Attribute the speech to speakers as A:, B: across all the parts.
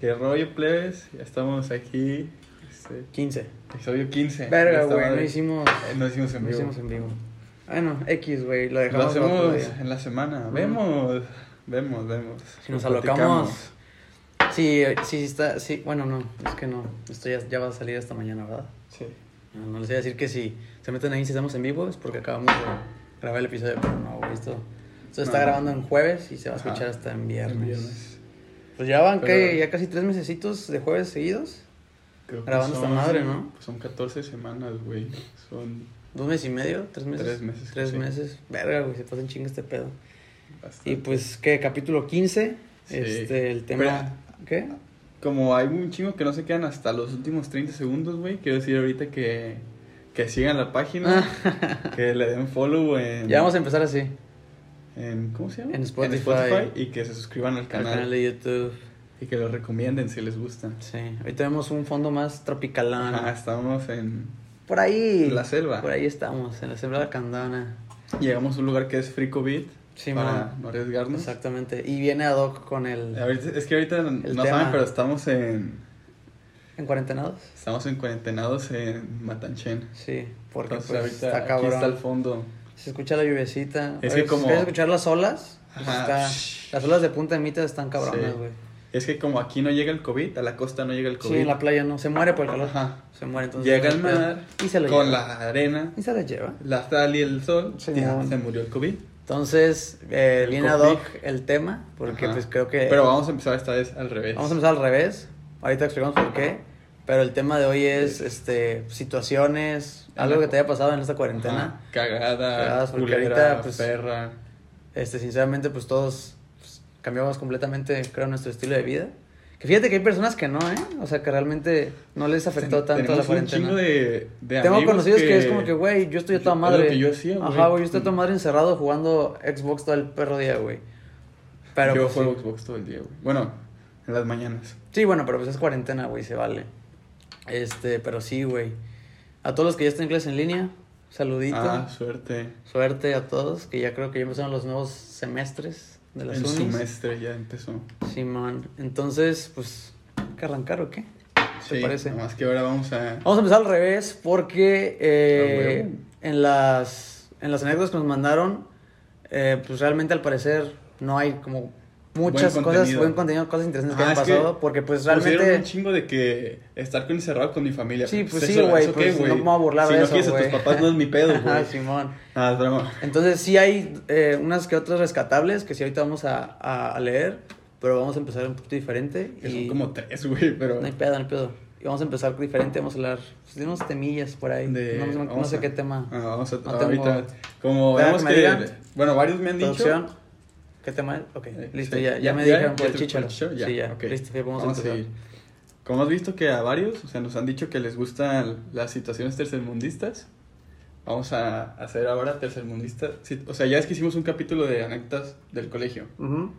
A: ¿Qué rollo, plebes? Ya estamos aquí. Este,
B: 15.
A: episodio 15.
B: Verga,
A: Eh, Ya está
B: güey, no
A: madre.
B: hicimos.
A: Eh, no hicimos en
B: no
A: vivo.
B: hicimos en vivo. Ah, no, X, güey, lo
A: Lo
B: dejamos. para otro
A: hacemos
B: día.
A: en la semana.
B: Ujú.
A: Vemos, vemos, vemos.
B: Si nos
A: Lo
B: alocamos.
A: platicamos.
B: Sí, eh, sí, está. Sí, bueno, no, es que no. Esto ya, ya va a salir esta mañana, ¿verdad?
A: Sí.
B: No, no les voy a decir que si se meten ahí si estamos en vivo es porque acabamos de grabar el episodio, pero no, güey, esto. Esto se está
A: No.
B: grabando en jueves y se va a
A: Ajá.
B: escuchar hasta en
A: En
B: viernes.
A: viernes.
B: Pues ya van
A: Pero-
B: ¿qué? ya casi tres mesecitos de jueves seguidos.
A: Creo que
B: Grabando esta
A: son-
B: madre, ¿no?
A: pues son 14 semanas, güey. Son
B: Dos meses y medio, tres meses.
A: Tres meses,
B: Tres
A: sí.
B: meses. Verga, güey, se pasan chingo este pedo.
A: bastante.
B: Y pues, ¿qué? Capítulo 15.
A: Sí.
B: Este, el tema. ¿Qué?
A: Como hay un chingo que no se quedan hasta los últimos 30 segundos, güey. Quiero decir ahorita que, que sigan la página, que le den follow en,
B: ya vamos a empezar así.
A: en- ¿Cómo se llama?
B: en Spotify.
A: y que se suscriban al
B: Al
A: canal,
B: canal de YouTube.
A: y que lo recomienden si les gusta.
B: Sí. Ahorita vemos un fondo más tropicalón.
A: Ajá, estamos en
B: Por ahí.
A: la selva.
B: Ah. Por ahí estamos, en la selva de Candana.
A: Llegamos a un lugar que es Free COVID
B: Sí,
A: para
B: man.
A: no arriesgarnos.
B: Exactamente. Y viene ad hoc con el.
A: Ahorita- Es que ahorita no
B: tema.
A: saben, pero estamos en
B: ¿En cuarentenados?
A: estamos en cuarentenados en Matanchen.
B: Sí, porque
A: Entonces,
B: pues,
A: ahorita
B: está
A: aquí
B: cabrón.
A: está el fondo.
B: Se escucha la lluvecita.
A: Es que
B: Oye, si
A: como-
B: quieres escuchar las olas, pues,
A: Ajá.
B: está- las olas de punta de mita están cabronas,
A: Sí.
B: güey.
A: Es que como aquí no llega el COVID, a la costa no llega el
B: Sí.
A: COVID.
B: en la playa no. Se muere por el calor.
A: Ajá.
B: Se muere entonces.
A: Llega el
B: no hay pedo.
A: mar
B: Y se lo
A: con
B: lleva.
A: la arena,
B: Y se la lleva.
A: la sal y el sol.
B: Sí,
A: ya,
B: no.
A: se murió el COVID.
B: Entonces, eh,
A: El
B: viene ad
A: COVID.
B: hoc el tema, porque
A: Ajá.
B: pues creo que...
A: Pero vamos a empezar esta vez al revés.
B: Vamos a empezar al revés. Ahorita explicamos por qué. Pero el tema de hoy es este situaciones, algo que te haya pasado en esta cuarentena.
A: Ajá. Cagada,
B: Cagadas, porque
A: culera,
B: ahorita, pues,
A: perra.
B: Este, sinceramente, pues todos pues, cambiamos completamente, creo, nuestro estilo de vida. Que fíjate que hay personas que no, ¿eh? O sea, que realmente no les afectó tanto
A: Tenemos
B: la
A: un chingo
B: cuarentena.
A: de, de
B: Tengo
A: amigos
B: conocidos que... es como que, güey, yo estoy a toda
A: Es lo
B: madre.
A: que yo hacía, güey.
B: Ajá, güey, yo estoy a toda madre encerrado jugando Xbox todo el perro día, güey. Pero,
A: yo
B: pues,
A: juego
B: sí.
A: Xbox todo el día, güey. Bueno, en las mañanas.
B: Sí, bueno, pero pues es cuarentena, güey, se vale. Este, pero sí, güey. A todos los que ya están en clase en línea, saludito.
A: Ah, suerte.
B: Suerte a todos, que ya creo que ya empezaron los nuevos semestres de las
A: El
B: unis.
A: semestre ya empezó.
B: Sí, man. Entonces, pues, ¿hay que arrancar o qué? ¿Te
A: sí,
B: parece? Oh,
A: Nomás que ahora vamos a.
B: Vamos a empezar al revés porque eh,
A: Ah, güey.
B: en, las, en las anécdotas que nos mandaron, eh, pues realmente al parecer no hay como muchas
A: Buen
B: cosas,
A: contenido.
B: buen contenido, cosas interesantes que
A: Ah,
B: han
A: es que
B: pasado, porque pues
A: Pusieron un
B: realmente...
A: chingo de que estar con encerrado con mi familia.
B: Sí, pues
A: ¿eso-
B: sí, güey,
A: eso qué,
B: pues, no me voy a burlar
A: si
B: de
A: no
B: eso,
A: quieres a
B: güey.
A: tus papás no es mi pedo,
B: Ajá,
A: güey.
B: Simón.
A: Ah, es broma.
B: Entonces sí hay eh, unas que otras rescatables que sí ahorita vamos a, a- a leer, pero vamos a empezar un poquito diferente.
A: Que
B: Y
A: son como tres, güey, pero.
B: No hay pedo, no hay pedo. Y vamos a empezar diferente, vamos a hablar pues, de unos temillas por ahí.
A: de-
B: no, no- no
A: vamos
B: sé
A: a-
B: qué tema.
A: Ah, vamos a.
B: No tengo-
A: ahorita. Como
B: Espera
A: vemos
B: que me
A: que.
B: digan.
A: Bueno, varios me han dicho.
B: ¿Producción? ¿Qué tema es? Ok,
A: Eh,
B: listo,
A: sí.
B: ya, ya, me
A: ya,
B: dijeron
A: ya
B: por el
A: te-
B: chicharo.
A: chicharo, ya,
B: Sí, ya,
A: ok.
B: listo, ya vamos, a empezar.
A: seguir. Como has visto que a varios, o sea, nos han dicho que les gustan las situaciones tercermundistas, vamos a hacer ahora tercermundistas. Sí, O sea, ya es que hicimos un capítulo de anécdotas del colegio,
B: Ujú.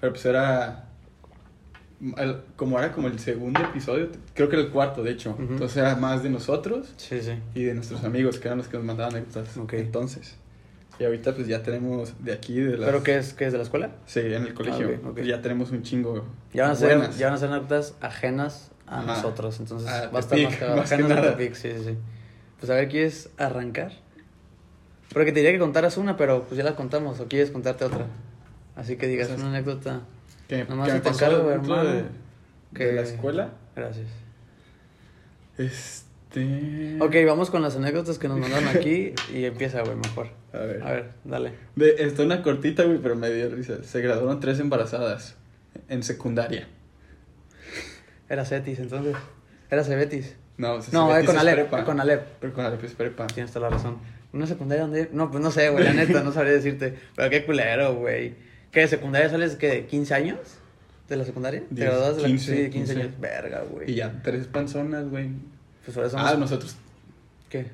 A: pero pues era al- como era como el segundo episodio, creo que era el cuarto, de hecho.
B: Ujú.
A: Entonces era más de nosotros
B: Sí, sí.
A: y de nuestros amigos, que eran los que nos mandaban anécdotas.
B: Ok.
A: Entonces, y ahorita pues ya tenemos de aquí, de las...
B: ¿Pero qué es, qué es de la escuela?
A: Sí, en el colegio. pues,
B: ok, ok.
A: Ya tenemos un chingo.
B: Ya van a ser,
A: buenas.
B: ya van a ser anécdotas ajenas a
A: Ajá.
B: nosotros, entonces
A: A
B: va a estar
A: Tepic,
B: más cagado.
A: más que
B: Ajenas a
A: nada.
B: Tepic, sí, sí, sí. Pues a ver, ¿quieres arrancar? Pero que te diría que contaras una, pero pues ya la contamos, o quieres contarte otra. Así que digas
A: O sea,
B: una anécdota.
A: que, me-
B: Nomás
A: que me
B: te
A: pasó
B: encargo,
A: dentro de,
B: hermano,
A: de
B: que-
A: la escuela.
B: Gracias.
A: Este.
B: Ok, vamos con las anécdotas que nos mandaron aquí y empieza, güey, mejor.
A: A ver.
B: A ver, dale.
A: De- está una cortita, güey, pero me dio risa. Se graduaron tres embarazadas en secundaria.
B: Era Cetis, entonces. Era Cebetis.
A: No, o sea,
B: No,
A: se-
B: eh, con
A: dices
B: Alep,
A: prepa.
B: con Alep.
A: Pero con Alep es prepa.
B: Tienes toda la razón. ¿Una secundaria dónde? No, pues no sé, güey, la neta, no sabría decirte. Pero qué culero, güey. ¿Qué, de secundaria sales que de 15 años? ¿De la secundaria? ¿Te
A: Diez,
B: graduas de la
A: quince,
B: sí, de 15
A: quince.
B: años? Verga,
A: Y
B: güey.
A: ya, tres panzonas, güey.
B: Pues ahora somos...
A: Ah, nosotros.
B: ¿Qué?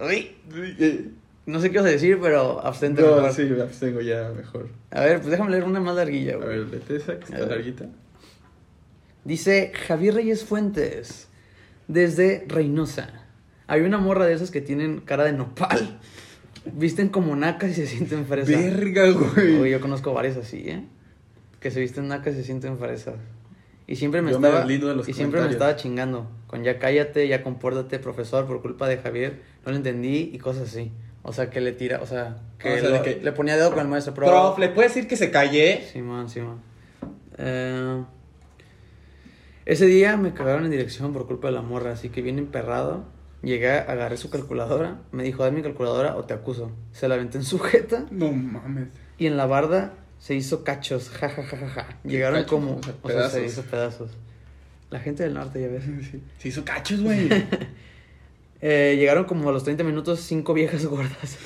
B: Uy,
A: Eh,
B: no sé qué vas a decir, pero abstente
A: no,
B: mejor.
A: sí, me abstengo ya mejor.
B: A ver, pues déjame leer una más larguilla,
A: A
B: güey.
A: ver, vete esa que
B: A
A: está
B: ver.
A: larguita.
B: Dice Javier Reyes Fuentes, desde Reynosa. Hay una morra de esas que tienen cara de nopal. Visten como nacas y se sienten fresas.
A: Verga, güey.
B: Uy, yo conozco varias así, ¿eh? Que se visten nacas y se sienten fresas. Y siempre me
A: Yo me
B: estaba
A: deslindo de los
B: y siempre me
A: comentarios.
B: estaba chingando con ya cállate, ya compórtate, profesor, por culpa de Javier, no lo entendí y cosas así. O sea, que le tira, o sea, que,
C: O sea, de
B: lo-
C: que-
B: le ponía dedo con el maestro,
C: Prof,
B: "Prof".
C: ¿le puedes decir que se calle?
B: Simón, Simón. Eh, ese día me cagaron en dirección por culpa de la morra, así que bien emperrado. Llegué, agarré su calculadora, me dijo, dame mi calculadora o te acuso. Se la aventé en su jeta
A: No mames.
B: y en la barda se hizo cachos, ja, ja, ja, ja, ja. Llegaron
A: Cachos,
B: como,
A: o sea,
B: o sea, se
A: pedazos.
B: hizo pedazos. La gente del norte, ya ves.
A: Sí. Se hizo cachos, güey.
B: Eh, llegaron como a los 30 minutos cinco viejas gordas.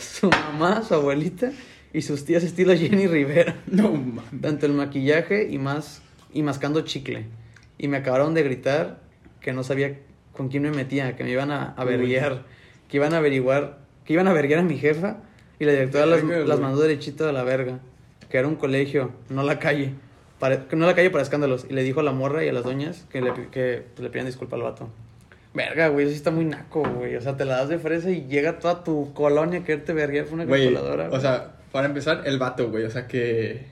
B: su mamá, su abuelita y sus tías estilo Jenny Rivera.
A: No mames.
B: tanto el maquillaje y más y mascando chicle. Y me acabaron de gritar que no sabía con quién me metía, que me iban a a
A: Uy.
B: verguear, que iban a averiguar, que iban a verguear a mi jefa y la directora las,
A: Verga,
B: las
A: güey.
B: mandó derechito a la verga, que era un colegio, no la calle. Para, que no la calle para escándalos. Y le dijo a la morra y a las doñas que le, que, pues, le pidan disculpa al vato. Verga, güey, eso sí está muy naco, güey. O sea, te la das de fresa y llega toda tu colonia a quererte verguear por una
A: Güey,
B: calculadora.
A: o
B: güey.
A: sea, para empezar, el vato, güey. O sea, que.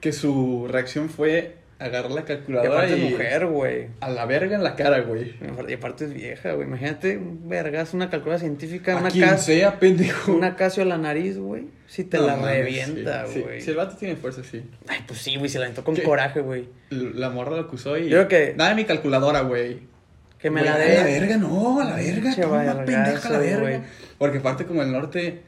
A: Que su reacción fue agarrar la
B: y
A: calculadora
B: aparte
A: y.
B: es mujer, güey.
A: A la verga en la cara, güey.
B: Y aparte es vieja, güey. Imagínate, un vergas, una calculadora científica,
A: A
B: una,
A: quien
B: cas
A: sea, pendejo.
B: una casio a la nariz, güey. Si te
A: No
B: la
A: mames,
B: revienta,
A: sí, sí.
B: güey.
A: Si el vato tiene fuerza, sí.
B: Ay, pues sí, güey, se la aventó con
A: ¿Qué?
B: coraje, güey.
A: L- La morra lo acusó y.
B: Yo creo que-
A: Dame mi calculadora, güey.
B: Que me
A: Güey,
B: la
A: A la
B: dé.
A: verga, no, a la verga.
B: Pinche
A: Toma,
B: vergazo,
A: pendeja, a la verga.
B: güey.
A: Porque aparte, como el norte.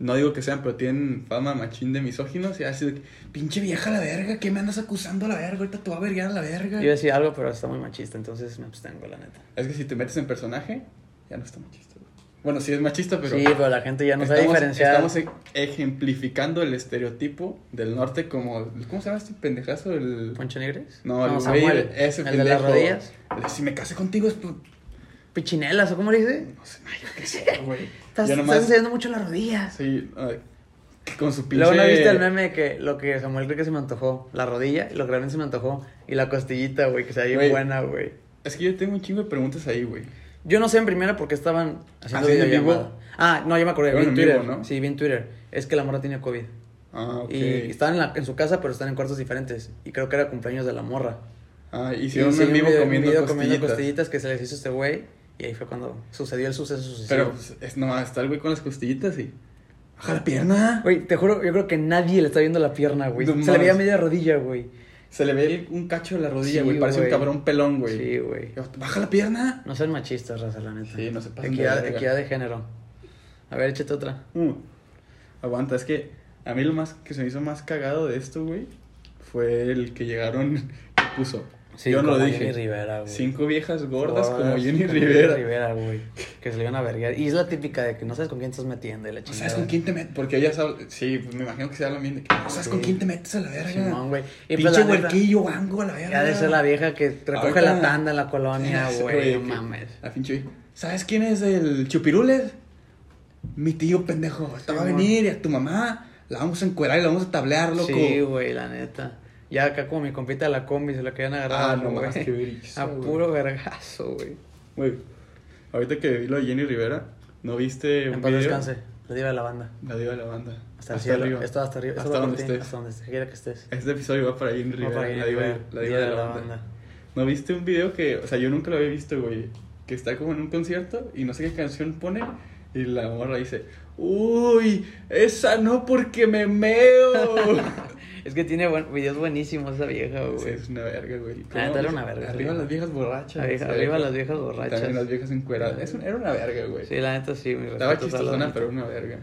A: No digo que sean, pero tienen fama machín de misóginos. Y así de que, pinche vieja a la verga, ¿qué me andas acusando a la verga? Ahorita te voy a verguear a la verga.
B: Yo iba a decir algo, pero está muy machista, entonces me abstengo, la neta.
A: Es que si te metes en personaje, ya no está machista. güey. Bueno, sí es machista, pero.
B: sí, pero la gente ya no sabe
A: estamos-
B: diferenciar.
A: Estamos e- ejemplificando el estereotipo del norte como. ¿Cómo se llama este pendejazo? El.
B: ¿Poncho Negres?
A: No, el güey,
B: Samuel.
A: ese
B: el de las
A: pendejo.
B: rodillas.
A: el de, Si me casé contigo es por.
B: Pichinelas, ¿o cómo le dice?
A: No sé, ay, yo qué sé, güey.
B: Estás,
A: Yo
B: estás
A: nomás.
B: enseñando mucho las rodillas.
A: Sí, ay, que con su pinche.
B: Luego no viste el meme de que lo que Samuel cree que se me antojó, la rodilla, y lo que realmente se me antojó, y la costillita, güey, que se ve
A: Güey.
B: bien buena, güey.
A: Es que yo tengo un chingo de preguntas ahí, güey.
B: Yo no sé en primera por qué estaban haciendo
A: ¿Haciendo en
B: videollamada.
A: vivo?
B: Ah, no, ya me acordé, vi en
A: Estaban en
B: Twitter.
A: vivo, ¿no?
B: Sí, vi en Twitter. Es que la morra tenía COVID.
A: Ah, ok.
B: Y estaban en, la- en su casa, pero están en cuartos diferentes. Y creo que era cumpleaños de la morra.
A: Ah, hicieron
B: Y
A: un en vivo
B: video- un
A: comiendo,
B: video
A: costillitas.
B: que se les hizo a este güey. Y ahí fue cuando sucedió el suceso sucesivo.
A: Pero pues, es nomás, está el güey con las costillitas y. ¡Baja la pierna!
B: Güey, te juro, yo creo que nadie le está viendo la pierna, güey.
A: No
B: se le veía
A: mames.
B: media rodilla, güey.
A: Se le ve el- un cacho de la rodilla,
B: Sí,
A: güey. Parece
B: güey.
A: un cabrón pelón, güey.
B: Sí, güey.
A: Yo, ¡Baja la pierna!
B: No sean machistas, raza, la neta.
A: Sí, no se pasen de
B: equidad,
A: verga.
B: equidad de género. A ver, échate otra.
A: Mm. Aguanta, es que a mí lo más que se me hizo más cagado de esto, güey, fue el que llegaron y puso. yo no lo
B: como
A: dije.
B: Jenny Rivera, güey.
A: Cinco viejas gordas
B: Gordas
A: como Jenny Rivera.
B: güey. Que se le iban a verguear. Y es la típica de que no sabes con quién estás metiendo y la
A: No Pues,
B: chingada.
A: sabes con quién te metes. Porque ellas hablan. Sí, pues, me imagino que se hablan bien de que. No sabes
B: Sí.
A: con quién te metes a la verga. Eh,
B: Simón, güey. Y pues,
A: Pinche
B: la neta,
A: huerquillo, vango a la verga.
B: Ya de ser la vieja que te recoge
A: Ahorita-
B: la tanda en la colonia,
A: Sí,
B: güey. No
A: que-
B: mames.
A: La pinche vieja. ¿Sabes quién es el chupirules? Mi tío pendejo. Ahorita va a
B: Simón.
A: venir y a tu mamá la vamos a encuerar y la vamos a tablear, loco.
B: Sí, güey, la neta. Ya acá como mi compita de la combi se la querían agarrar.
A: Ah, no
B: güey.
A: mames, qué brisa,
B: A
A: güey.
B: puro vergazo, güey.
A: Güey, ahorita que vi lo de Jenny Rivera, ¿no viste un
B: En paz
A: video?
B: descanse. La diva de la banda.
A: La diva de la banda.
B: Hasta, el cielo. Arriba. hasta arriba. Eso
A: Hasta
B: va por
A: donde
B: ti,
A: estés.
B: Hasta donde estés. Quiera que estés.
A: Este episodio va para Jenny
B: Va
A: Rivera,
B: para Jenny
A: la diva,
B: Rivera,
A: la diva de la, banda. ¿No viste un video que, o sea, yo nunca lo había visto, güey, que está como en un concierto y no sé qué canción pone y la morra dice, uy, esa no porque me meo.
B: Es que tiene buen- videos buenísimos esa vieja, Ah, güey.
A: Sí, es una verga, güey.
B: Ah,
A: ¿Cómo?
B: era una verga,
A: Arriba
B: sí.
A: las viejas borrachas.
B: Arriba-
A: o sea,
B: arriba las viejas borrachas.
A: También las viejas encueradas. Es un- era una verga, güey.
B: Sí, la neta sí, mi
A: Estaba
B: respeto a la
A: chistosona,
B: neta.
A: pero una verga.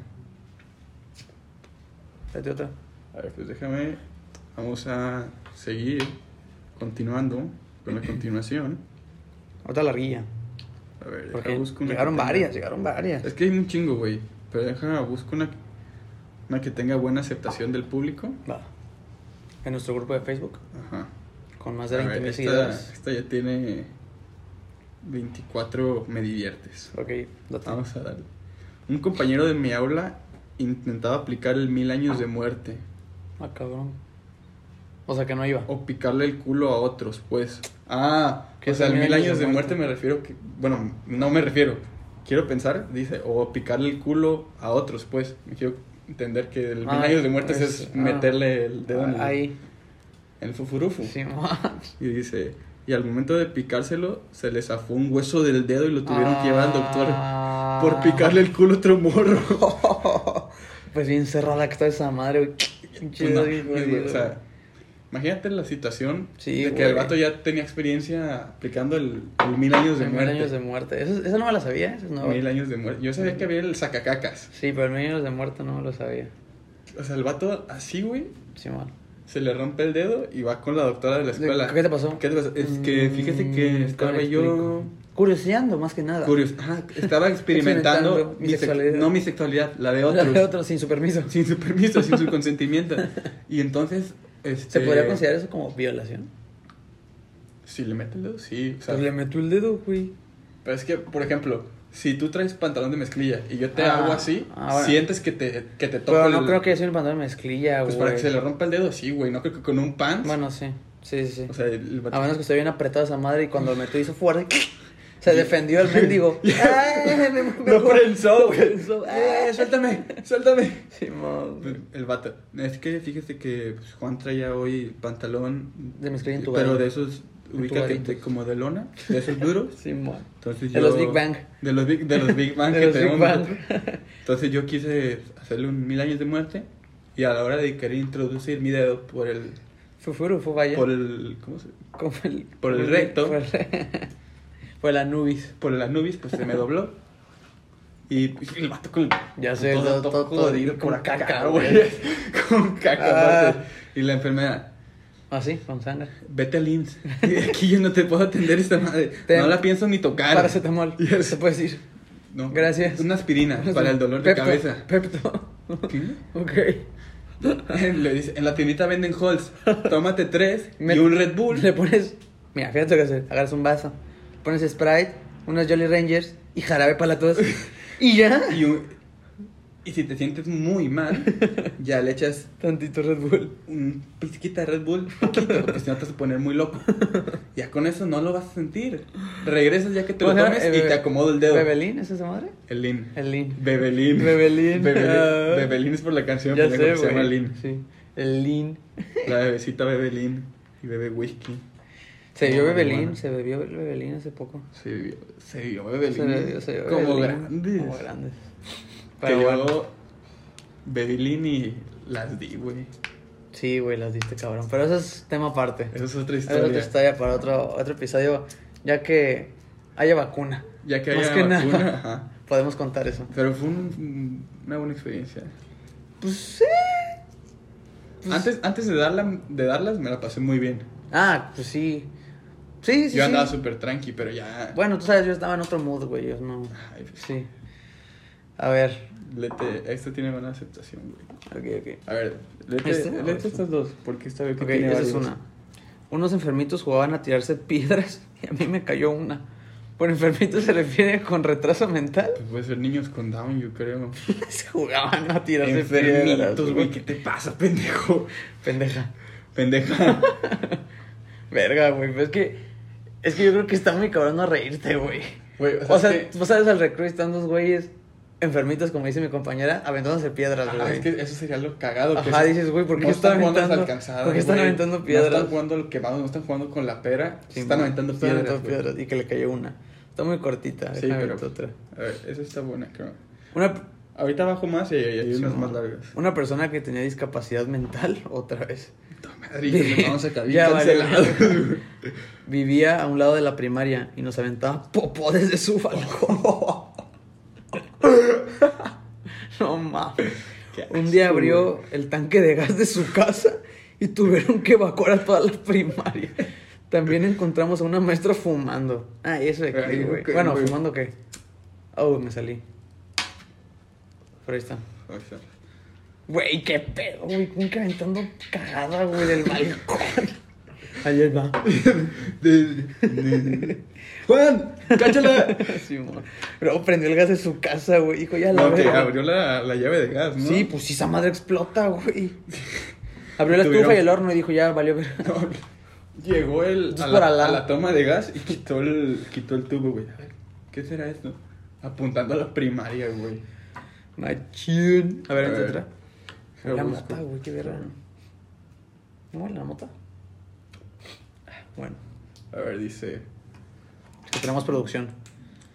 B: Date otra.
A: A ver, pues déjame. Vamos a seguir continuando con la continuación.
B: Otra larguilla.
A: A ver,
B: Porque
A: deja busco una
B: llegaron
A: que tenga-
B: varias, llegaron varias.
A: Es que hay un chingo, güey. Pero deja busco una, una que tenga buena aceptación del público.
B: Va. En nuestro grupo de Facebook,
A: Ajá.
B: con más
A: A
B: de 20
A: ver,
B: mil
A: esta,
B: seguidores.
A: esta ya tiene 24 me diviertes.
B: Ok, date.
A: Vamos a darle. Un compañero de mi aula intentaba aplicar el mil años de muerte.
B: Ah, cabrón. O sea que no iba.
A: O picarle el culo a otros, pues. Ah,
B: ¿Qué
A: o
B: es
A: sea,
B: el
A: al mil años de muerte me refiero que... Bueno, no me refiero. Quiero pensar, dice, o picarle el culo a otros, pues. Me quiero entender que el mil
B: Ah,
A: años de muerte es,
B: es- ah.
A: meterle el dedo en el...
B: Ahí.
A: el fufurufu.
B: Sí, ma.
A: Y dice, y al momento de picárselo, se le zafó un hueso del dedo y lo tuvieron que llevar al doctor
B: Ah.
A: por picarle el culo a otro morro.
B: Pues bien cerrada que está esa madre, güey. Pinche
A: Pues no,
B: dedo bien
A: güey,
B: jodido.
A: o sea, imagínate la situación
B: Sí,
A: de que el
B: güey.
A: vato ya tenía experiencia aplicando el, el mil años de
B: Mil
A: muerte.
B: años de muerte. Eso, eso no me la sabía, eso es nuevo.
A: Mil años de muerte. Yo sabía que había el sacacacas.
B: Sí, pero el mil años de muerte no me lo sabía.
A: O sea, el vato así, güey,
B: Sí, mal.
A: se le rompe el dedo y va con la doctora de la escuela.
B: ¿Qué te pasó?
A: ¿Qué te pasa? Es que fíjese que
B: Mm,
A: estaba
B: ¿cómo le
A: yo
B: explico? Curioseando más que nada.
A: curioso. Ajá, estaba experimentando,
B: Experimentando
A: mi
B: mi
A: sex-
B: sexualidad.
A: no mi sexualidad, la de
B: La
A: otros.
B: de otro sin su permiso.
A: Sin su permiso, sin su consentimiento. Y entonces, este...
B: ¿Se podría considerar eso como violación?
A: Si le mete el dedo, sí. O sea,
B: Pues le meto el dedo, güey.
A: Pero es que, por ejemplo, si tú traes pantalón de mezclilla y yo te
B: Ah,
A: hago así,
B: ahora.
A: sientes que te, que te toco
B: Pero no
A: el-
B: creo que sea un pantalón de mezclilla, güey.
A: Pues para que se le rompa el dedo, sí, güey. No creo que con un pants...
B: Bueno, sí. Sí, sí, sí.
A: O sea, el vato-
B: A menos que esté bien apretado esa madre y cuando lo metió hizo fuerte. Se defendió el mendigo. Ay, me- me-
A: No
B: me-
A: pensó, güey.
B: No pensó.
A: ¡Eh,
B: Ay,
A: suéltame! ¡Suéltame!
B: Simón, güey.
A: El vato. Es que fíjese que pues, Juan traía hoy pantalón...
B: De mezclilla en tu
A: Pero de esos... Ubícate
B: Entubaditos.
A: de- como de lona, de esos duros.
B: Simón.
A: Entonces yo-
B: De los Big Bang.
A: De los Big, de los Big Bang
B: De
A: que
B: los Big
A: tenemos.
B: Bang.
A: Entonces yo quise hacerle un mil años de muerte y a la hora de querer introducir mi dedo por el,
B: Fufuru, fu, vaya.
A: por el, ¿cómo se?
B: Como el-
A: por el recto.
B: Por, el- por el Anubis.
A: Por las nubes, pues se me dobló. Y pues, el vato con
B: Ya sé,
A: todo,
B: todo-
A: todo
B: todo- todo
A: jodido
B: con
A: por acá,
B: caca,
A: güey.
B: güey.
A: con caca.
B: Ah.
A: aparte. Y la enfermera, Ah,
B: Así, con sangre.
A: vete al IMSS. Aquí yo no te puedo atender esta madre.
B: Ten.
A: No la pienso ni tocar.
B: Ah, Paracetamol.
A: Yes.
B: Se puede decir.
A: No.
B: Gracias.
A: Una aspirina para el dolor de
B: Pepto,
A: cabeza.
B: Pepto.
A: ¿Qué?
B: Ok.
A: Le dice, en la tiendita venden Halls, tómate tres y
B: Me-
A: un Red Bull.
B: Le pones. Mira, fíjate lo que hacer. Agarras un vaso. Pones Sprite, unos Jolly Rangers y jarabe para la tos. y ya.
A: Y, un- y si te sientes muy mal, ya le echas
B: Tantito Red Bull.
A: un pizquita de Red Bull, poquito, porque si no te vas a poner muy loco. Ya con eso no lo vas a sentir. Regresas ya que te lo
B: Bueno,
A: tomes
B: eh,
A: y
B: bebe-
A: te acomodo el dedo.
B: ¿Bebelín? ¿Es esa madre?
A: El Lin.
B: El Lean.
A: Bebelín.
B: Bebelín.
A: Bebelín.
B: Ah.
A: Bebelín es por la canción
B: ya
A: que tengo
B: sé,
A: que se llama
B: güey.
A: Lin.
B: Sí. El Lean.
A: La bebecita Bebelín y bebe whisky.
B: Se vio
A: No,
B: Bebelín,
A: marihuana.
B: se bebió el Bebelín hace poco.
A: Se vivió, se vivió
B: Se
A: Bebelín.
B: bebió, se bebió
A: como
B: Bebelín,
A: grandes.
B: Como grandes.
A: Que
B: Pero bueno.
A: yo bebí lean y las di, güey.
B: Sí, güey, las diste cabrón. Pero eso es tema aparte.
A: Esa es otra
B: Esa Es
A: historia.
B: otra historia para otro, otro episodio, ya que haya vacuna.
A: Ya que
B: Más
A: haya
B: que
A: vacuna.
B: nada.
A: ajá.
B: Podemos contar eso.
A: Pero fue un- una buena experiencia.
B: Pues sí. Pues-
A: antes antes de, darla, de darlas me la pasé muy bien.
B: Ah, pues sí. Sí, sí.
A: yo
B: sí.
A: andaba súper tranqui, pero ya...
B: Bueno, tú sabes, yo estaba en otro mood, güey. Yo no.
A: Ay, pues,
B: Sí. A ver.
A: Lete, esta tiene buena aceptación, güey.
B: Ok, ok.
A: A ver, lete,
B: ¿Este?
A: lete
B: Ah, este.
A: estas dos, porque esta veo que
B: Ok,
A: tiene
B: esa es
A: varios.
B: una. Unos enfermitos jugaban a tirarse piedras y a mí me cayó una. ¿Por enfermito se refiere con retraso mental?
A: Pues puede ser niños con Down, yo creo.
B: Se jugaban a tirarse piedras.
A: Enfermitos, güey, ¿qué te pasa, pendejo?
B: Pendeja.
A: Pendeja.
B: Verga, güey. Pero es que. Es que yo creo que está muy cabrón no reírte, güey.
A: Güey,
B: O sea,
A: es que-
B: tú sabes al recreo y están dos güeyes enfermitos, como dice mi compañera, aventándose piedras,
A: Ajá,
B: güey.
A: Ah, es que eso sería lo cagado. que
B: Ajá,
A: es-
B: dices, güey, ¿por qué
A: no
B: están
A: están jugando a las
B: aventando?
A: alcanzadas,
B: ¿Por qué están
A: güey?
B: aventando
A: No
B: piedras?
A: están jugando lo quemado, no están jugando con la pera.
B: Sí,
A: están
B: mo-
A: aventando
B: están
A: piedras.
B: aventando
A: güey.
B: piedras y que le cayó una. Está muy cortita,
A: Sí,
B: déjame
A: pero-
B: avento otra.
A: A ver, esa está buena, creo.
B: Una,
A: Ahorita bajo más y hay, hay
B: Sí,
A: unas
B: mo-
A: más largas.
B: Una persona que tenía discapacidad mental, otra vez.
A: Puta madre, yo me vamos a acabar bien
B: Ya valió.
A: cancelados, güey.
B: Vivía a un lado de la primaria y nos aventaba popó desde su balcón. no mames.
A: Qué
B: Un
A: asco,
B: día abrió el tanque de gas de su casa y tuvieron que evacuar a toda la primaria. También encontramos a una maestra fumando. Ah, y eso de
A: Ay,
B: aquí, güey.
A: ok,
B: Bueno,
A: güey.
B: ¿fumando qué? Oh, me salí. Por ahí está.
A: Ahí está.
B: Güey, qué pedo, güey. Nunca aventando cagada, güey, del balcón. Ayer va.
A: ¡Juan! ¡Cáchala!
B: Sí, amor. Luego prendió el gas de su casa, güey. Dijo, ya la
A: No, que
B: verga.
A: abrió la, la llave de gas, ¿no?
B: Sí, pues sí, esa madre explota, güey. Abrió la
A: Tuvieron-
B: estufa y el horno y dijo, ya valió ver.
A: No, Llegó el,
B: Entonces,
A: a,
B: por
A: la,
B: al lado.
A: a la toma de gas y quitó el, quitó el tubo, güey. A ver, ¿qué será esto? Apuntando a la primaria, güey.
B: Machín. A ver,
A: A
B: entra
A: ver.
B: otra. La mota, güey, qué verga. ¿No huele la mota? Bueno,
A: A ver, dice.
B: es que tenemos producción.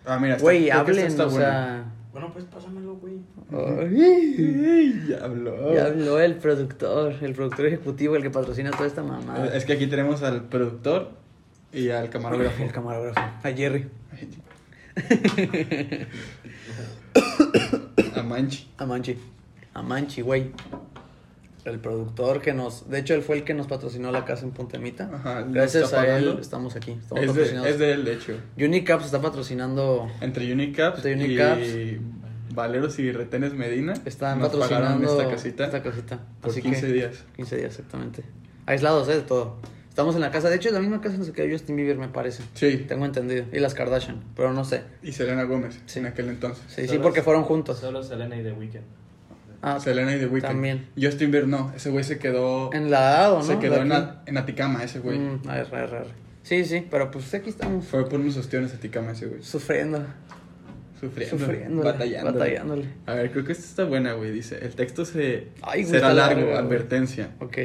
A: Ah, mira, esta-
B: Güey,
A: creo que esta
B: hablen,
A: está
B: o
A: buena.
B: sea.
D: Bueno, pues pásamelo, güey.
B: Ay,
A: Ey, ya habló.
B: ya habló el productor, el productor ejecutivo, el que patrocina toda esta mamada.
A: Eh, Es que aquí tenemos al productor y al camarógrafo.
B: El camarógrafo. A Jerry.
A: A Manchi.
B: A Manchi. A Manchi, güey. El productor que nos. De hecho, él fue el que nos patrocinó la casa en Puntemita.
A: Ajá, nos
B: Gracias
A: está
B: a él
A: pagando.
B: estamos aquí. Estamos
A: Es
B: patrocinados.
A: de, es de él, de hecho.
B: Unicaps está patrocinando.
A: Entre Unicaps
B: Entre
A: y
B: Unicaps.
A: Valeros y Retenes Medina.
B: Están
A: nos pagaron
B: patrocinando
A: esta casita
B: esta casita.
A: por
B: Así
A: 15
B: que,
A: días.
B: 15 días, exactamente. Aislados, ¿eh? De todo. Estamos en la casa. De hecho, es la misma casa en la que yo Justin Bieber, me parece.
A: Sí.
B: Tengo entendido. Y las Kardashian, pero no sé.
A: Y Selena Gómez
B: Sí.
A: en aquel entonces.
B: Sí, sí,
D: Solo-
B: porque fueron juntos.
D: Solo Selena y The Weeknd.
B: Ah,
A: Selena y The Weeknd.
B: También.
A: Justin Bieber no, ese güey se quedó
B: en la A, ¿o ¿no?
A: se quedó
B: De
A: en,
B: aquí.
A: A- en Aticama ese güey.
B: Mm, a ver, a ver, a ver. Sí, sí, pero pues aquí estamos
A: Fue por unos ostiones Aticama ese güey.
B: sufriendo,
A: Sufriendo,
B: sufriendo,
A: batallando.
B: batallándole.
A: A ver, creo que esta está buena, güey. Dice, el texto se
B: Ay, güey,
A: será
B: está
A: largo,
B: largo, güey.
A: advertencia.
B: Ok.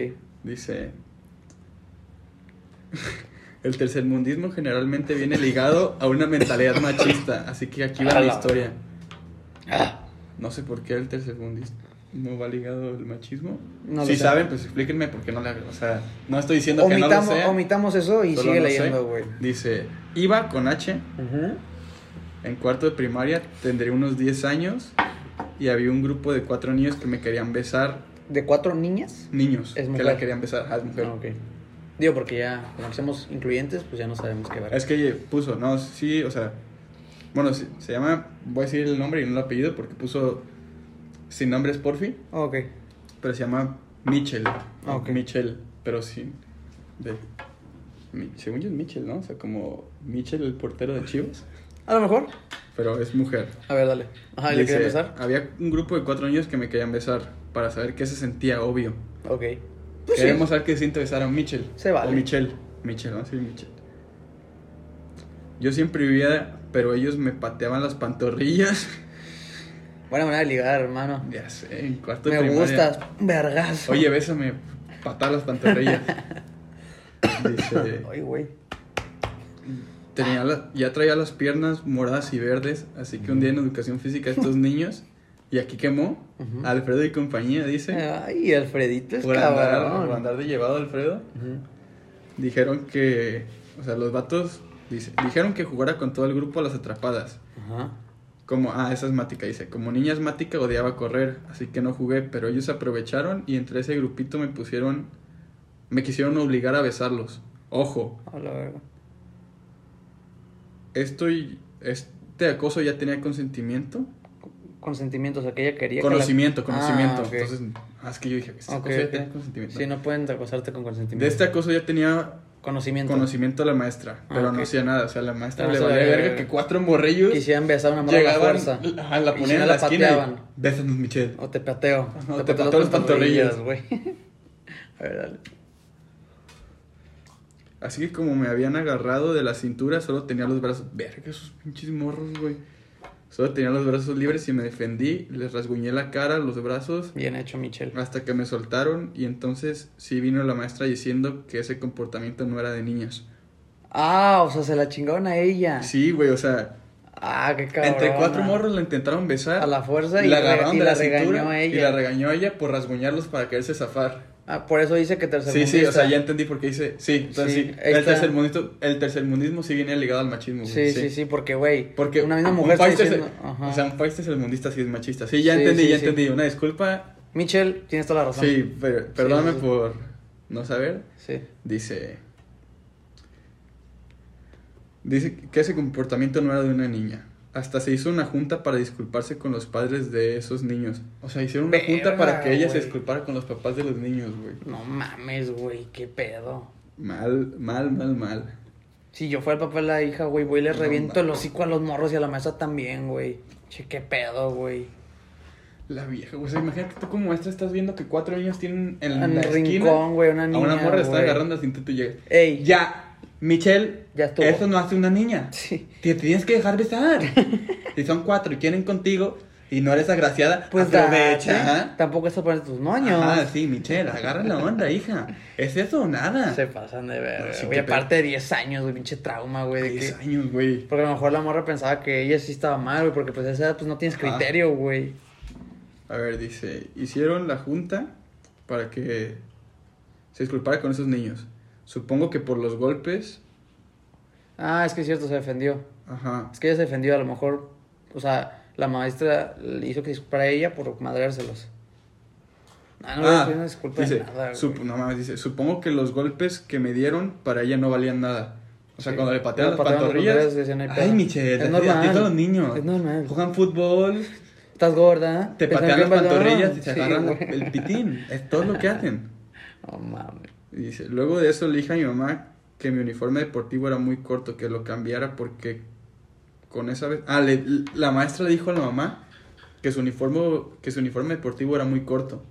A: Dice. El tercermundismo generalmente viene ligado a una mentalidad machista, así que aquí va la
B: Ala.
A: historia. No sé por qué el tercermundismo va ligado al machismo.
B: No lo
A: si
B: sé.
A: saben, pues explíquenme por qué no le O sea, no estoy diciendo que no lo
B: Omitamos,
A: sea.
B: omitamos eso y
A: solo
B: sigue
A: no sé.
B: leyendo, güey.
A: Dice, iba con H
B: Ujú.
A: en cuarto de primaria, tendría unos 10 años y había un grupo de cuatro niños que me querían besar.
B: ¿De cuatro niñas?
A: Niños
B: Es
A: que
B: mujer.
A: la querían besar. Ah, es mujer.
B: Ah, ok. Digo, porque ya, como somos incluyentes, pues ya no sabemos qué ver.
A: Es que puso, no, sí, o sea, bueno, sí, se llama, voy a decir el nombre y no el apellido porque puso, sin nombre es Porfi,
B: Ah, Ok.
A: pero se llama Mitchell.
B: Ah, ok.
A: Mitchell, pero sin, de, mi- según yo es Mitchell, ¿no? O sea, como Mitchell, el portero de Chivas,
B: A lo mejor.
A: pero es mujer.
B: A ver, dale. Ajá, Ah, ¿y le
A: Dice,
B: quería empezar?
A: Había un grupo de cuatro niños que me querían besar para saber qué se sentía, obvio.
B: Ok. Pues sí.
A: Queremos saber qué siente besar a un Mitchell.
B: Se vale.
A: O Michelle. Michelle, vamos a decir Michelle. Yo siempre vivía, pero ellos me pateaban las pantorrillas.
B: Buena manera de ligar, hermano.
A: Ya sé, en cuarto de
B: Me
A: primaria.
B: gustas. Vergas.
A: Oye, bésame, patada las pantorrillas. Dice,
B: Ay, güey.
A: tenía la- ya traía las piernas moradas y verdes, así que un día en educación física estos niños, y aquí quemó,
B: Ujú.
A: Alfredo y compañía, dice,
B: Ay, Alfredito es
A: por andar,
B: cabrón.
A: por andar de llevado Alfredo.
B: Ujú.
A: Dijeron que. O sea, los vatos. dice- dijeron que jugara con todo el grupo a las atrapadas.
B: Ajá.
A: Como. Ah, esa asmática, dice. Como niña asmática odiaba correr, así que no jugué, pero ellos aprovecharon y entre ese grupito me pusieron. Me quisieron obligar a besarlos. Ojo,
B: A la verga.
A: esto y. Este acoso ya tenía consentimiento.
B: Consentimiento, o sea, que ella quería. que la-
A: Conocimiento, conocimiento.
B: Ah, ok.
A: Entonces, ah, es que yo dije, este
B: Ok,
A: acoso ya
B: ok.
A: tenía consentimiento.
B: Sí, no pueden acosarte con consentimiento.
A: De este acoso ya tenía
B: Conocimiento.
A: conocimiento la maestra,
B: Ah,
A: pero
B: ok.
A: no hacía nada. O sea, la maestra
B: Ah,
A: le
B: o sea,
A: valía
B: eh,
A: verga que cuatro morrillos.
B: Quisieran besar a una morra a la
A: Llegaban,
B: fuerza.
A: ajá, la
B: Y si
A: ponían
B: no
A: en la
B: la
A: esquina
B: pateaban.
A: y, Bésanos, Michelle.
B: O te pateo.
A: Ajá, o te
B: pateo
A: pateo las pantorrillas.
B: güey. A ver, dale.
A: Así que como me habían agarrado de la cintura, solo tenía los brazos... Verga, esos pinches morros, güey. Solo tenía los brazos libres y me defendí. Les rasguñé la cara, los brazos,
B: Bien hecho, Michelle.
A: hasta que me soltaron. Y entonces sí vino la maestra diciendo que ese comportamiento no era de niñas.
B: Ah, o sea, se la chingaron a ella.
A: Sí, güey, o sea,
B: Ah, qué cabrón.
A: entre cuatro morros la intentaron besar.
B: A la fuerza y
A: la
B: la-
A: agarraron
B: y
A: de
B: la
A: la, cintura
B: regañó a ella.
A: Y la regañó a ella por rasguñarlos para quererse zafar.
B: Ah, por eso dice que tercer
A: Sí, sí, o sea, ya entendí por qué dice. Sí, entonces
B: Sí,
A: sí.
B: ahí
A: El
B: está.
A: tercermundismo, el tercermundismo sí viene ligado al machismo. güey,
B: Sí, sí, sí, porque, güey.
A: Porque
B: una misma
A: un
B: mujer está
A: país tercer-
B: diciendo. Ajá.
A: O sea, un país tercermundista sí es machista. Sí, ya
B: Sí,
A: entendí,
B: sí,
A: ya
B: sí.
A: entendí. Una disculpa.
B: Michelle, tienes toda la razón.
A: Sí, pero, perdóname
B: sí, sí.
A: por no saber.
B: Sí.
A: Dice. Dice que ese comportamiento no era de una niña. Hasta se hizo una junta para disculparse con los padres de esos niños. O sea, hicieron una junta
B: Verga,
A: para que ella se
B: güey.
A: disculpara con los papás de los niños, güey.
B: No mames, güey, qué pedo.
A: Mal, mal, mal, mal.
B: Si yo fuera el papá de la hija, güey, voy y le
A: No
B: reviento el
A: mames.
B: hocico a los morros y a la mesa también, güey. Che, qué pedo, güey.
A: La vieja, güey. O sea, imagínate tú como maestra estás viendo que cuatro niños tienen en la
B: En el
A: esquina
B: rincón, güey, una
A: a
B: niña.
A: una morra está
B: güey.
A: agarrando la cinta y tú llegas.
B: Ey, ya.
A: Ya, Michelle,
B: Ya estuvo.
A: eso no hace una niña.
B: Sí.
A: Te tienes que dejar besar. si son cuatro y quieren contigo, y no eres agraciada,
B: Pues
A: aprovecha.
B: date.
A: ajá.
B: Tampoco estás poniendo tus moños.
A: Ajá, sí, Michelle, agarra la onda, hija. ¿Es eso o nada?
B: Se pasan de verga,
A: No, sí,
B: güey.
A: qué pedo.
B: Aparte de 10 años, güey, pinche trauma, güey. de
A: 10
B: que-
A: años, güey.
B: Porque a lo mejor la morra pensaba que ella sí estaba mal, güey, porque pues a esa edad pues no tienes
A: Ajá.
B: criterio, güey.
A: A ver, dice, hicieron la junta para que se disculpara con esos niños. Supongo que por los golpes,
B: Ah, es que es cierto, se defendió.
A: ajá.
B: Es que ella se defendió, a lo mejor, o sea, la maestra le hizo que disculpara a ella por madreárselos. Ah, no,
A: Ah,
B: no, no disculpa de
A: dice,
B: nada,
A: sup-
B: güey.
A: no mames, dice, supongo que los golpes que me dieron para ella no valían nada. O sea,
B: Sí.
A: cuando le patearon las
B: Cuando patearon las
A: pantorrillas.
B: pantorrillas, decían, "Ay,
A: ay,
B: pedo".
A: Michelle,
B: Es
A: a ti- a ti
B: normal.
A: todos los niños.
B: Es normal.
A: Juegan fútbol,
B: Estás gorda. ¿eh?
A: te
B: piensan
A: patean las
B: que es balón.
A: pantorrillas y se
B: Sí,
A: agarran la-
B: güey.
A: el pitín. Es todo lo que hacen.
B: No mames.
A: Y dice, luego de eso le dije a mi mamá que mi uniforme deportivo era muy corto, que lo cambiara porque con esa vez... Ah, le- la maestra le dijo a la mamá que su, uniforme, que su uniforme deportivo era muy corto,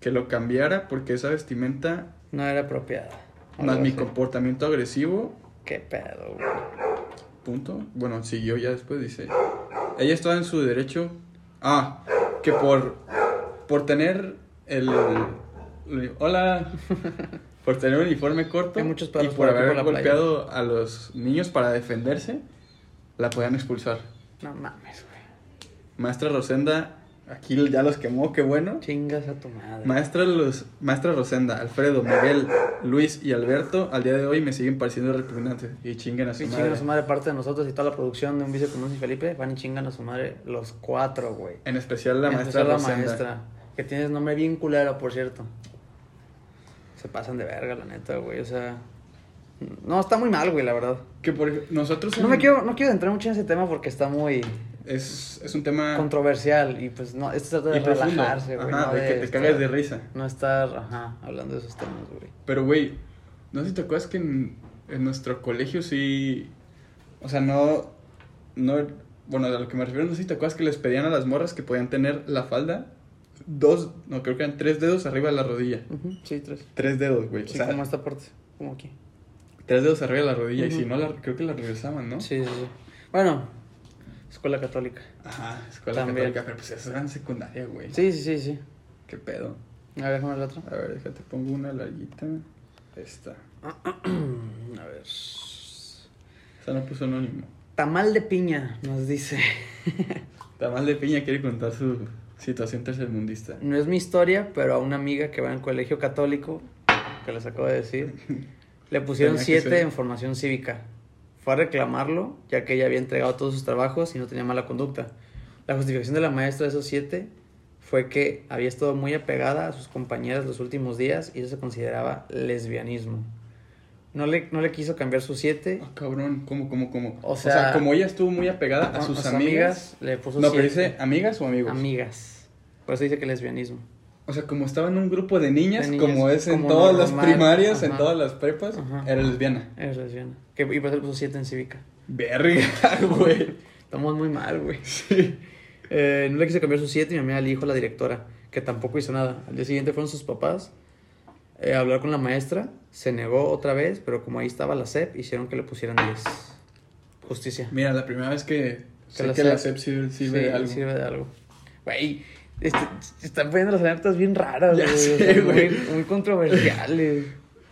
A: que lo cambiara porque esa vestimenta,
B: No era apropiada.
A: más
B: Algo
A: mi
B: así.
A: comportamiento agresivo,
B: Qué pedo, güey.
A: punto. Bueno, siguió ya después, dice. Ella estaba en su derecho. Ah, que por, por tener el... Hola. Por tener un uniforme corto
B: Hay muchos
A: y
B: perros
A: por
B: por aquí,
A: haber
B: por la playa.
A: golpeado a los niños para defenderse, la podían expulsar.
B: No mames, güey.
A: Maestra Rosenda, aquí ya los quemó, qué bueno.
B: Chingas a tu madre.
A: Maestra, los, Maestra Rosenda, Alfredo, Miguel, Luis y Alberto, al día de hoy me siguen pareciendo repugnantes. Y chinguen a su
B: Sí,
A: madre.
B: chingan a su madre parte de nosotros y toda la producción de Un Vicio con Monse y Felipe. Van y chingan a su madre los cuatro, güey.
A: En especial la
B: En
A: maestra
B: especial la
A: Rosenda.
B: maestra, Que tienes nombre bien culero, por cierto. Se pasan de verga, la neta, güey. O sea. No, está muy mal, güey, la verdad.
A: Que por ej- nosotros.
B: No me
A: en-
B: quiero, no quiero entrar mucho en ese tema porque está muy
A: Es, es un tema.
B: controversial. Y pues no, esto se trata de
A: Ah. y profundo.
B: relajarse, güey.
A: Ajá,
B: no
A: de, que te
B: estar-
A: cagas de risa.
B: No estar, ajá, hablando de esos temas, güey.
A: Pero, güey, no sé si te acuerdas que en, en nuestro colegio sí. O sea, no. no bueno, a lo que me refiero, no sé si te acuerdas que les pedían a las morras que podían tener la falda dos, no, creo que eran tres dedos arriba de la rodilla.
B: Ujú, Sí, tres.
A: Tres dedos, güey. o
B: Sí,
A: sea,
B: como esta parte, como aquí.
A: tres dedos arriba de la rodilla. Y
B: Ujú.
A: si no, la, creo que la regresaban, ¿no?
B: Sí, sí, sí. Bueno, escuela católica.
A: Ajá, escuela
B: También.
A: católica. Pero pues eso era en secundaria, güey.
B: Sí, sí, sí, sí.
A: Qué pedo.
B: A ver, déjame la otra.
A: A ver, déjate, pongo una larguita. Esta.
B: A ver.
A: Esta no puso anónimo.
B: Tamal de piña, nos dice.
A: Tamal de Piña quiere contar su situación tercermundista.
B: No es mi historia, pero a una amiga que va en colegio católico, que les acabo de decir, le pusieron
A: Tenía que
B: siete
A: ser.
B: en formación cívica. Fue a reclamarlo, ya que ella había entregado todos sus trabajos y no tenía mala conducta. La justificación de la maestra de esos siete fue que había estado muy apegada a sus compañeras los últimos días y eso se consideraba lesbianismo. No le, no le quiso cambiar sus siete.
A: Ah, cabrón, ¿cómo, cómo, cómo?
B: O
A: O sea,
B: sea,
A: como ella estuvo muy apegada a
B: No,
A: sus amigas.
B: le puso
A: No, pero
B: siete.
A: dice amigas o amigos.
B: amigas. Por eso dice que lesbianismo.
A: O sea, como estaba en un grupo de niñas,
B: De niñas,
A: como es en
B: como
A: todas las
B: normal,
A: primarias, en
B: ajá.
A: todas las prepas,
B: Ajá.
A: era lesbiana.
B: Es lesbiana. Que, y por eso le puso siete en cívica.
A: Verga,
B: Ah,
A: güey.
B: Estamos muy mal, güey. Eh, no le quise cambiar sus siete y mi amiga le dijo a la directora, que tampoco hizo nada. Al día siguiente fueron sus papás eh, a hablar con la maestra. Se negó otra vez, pero como ahí estaba la SEP, hicieron que le pusieran 10. Justicia.
A: Mira, la primera vez que sé
B: la
A: que la
B: SEP
A: SEP sirve, sirve
B: Sí,
A: de algo.
B: sirve de algo. Güey, este, se están poniendo las anécdotas bien raras,
A: Ya
B: güey.
A: sé,
B: o sea,
A: güey.
B: Muy, muy controversiales.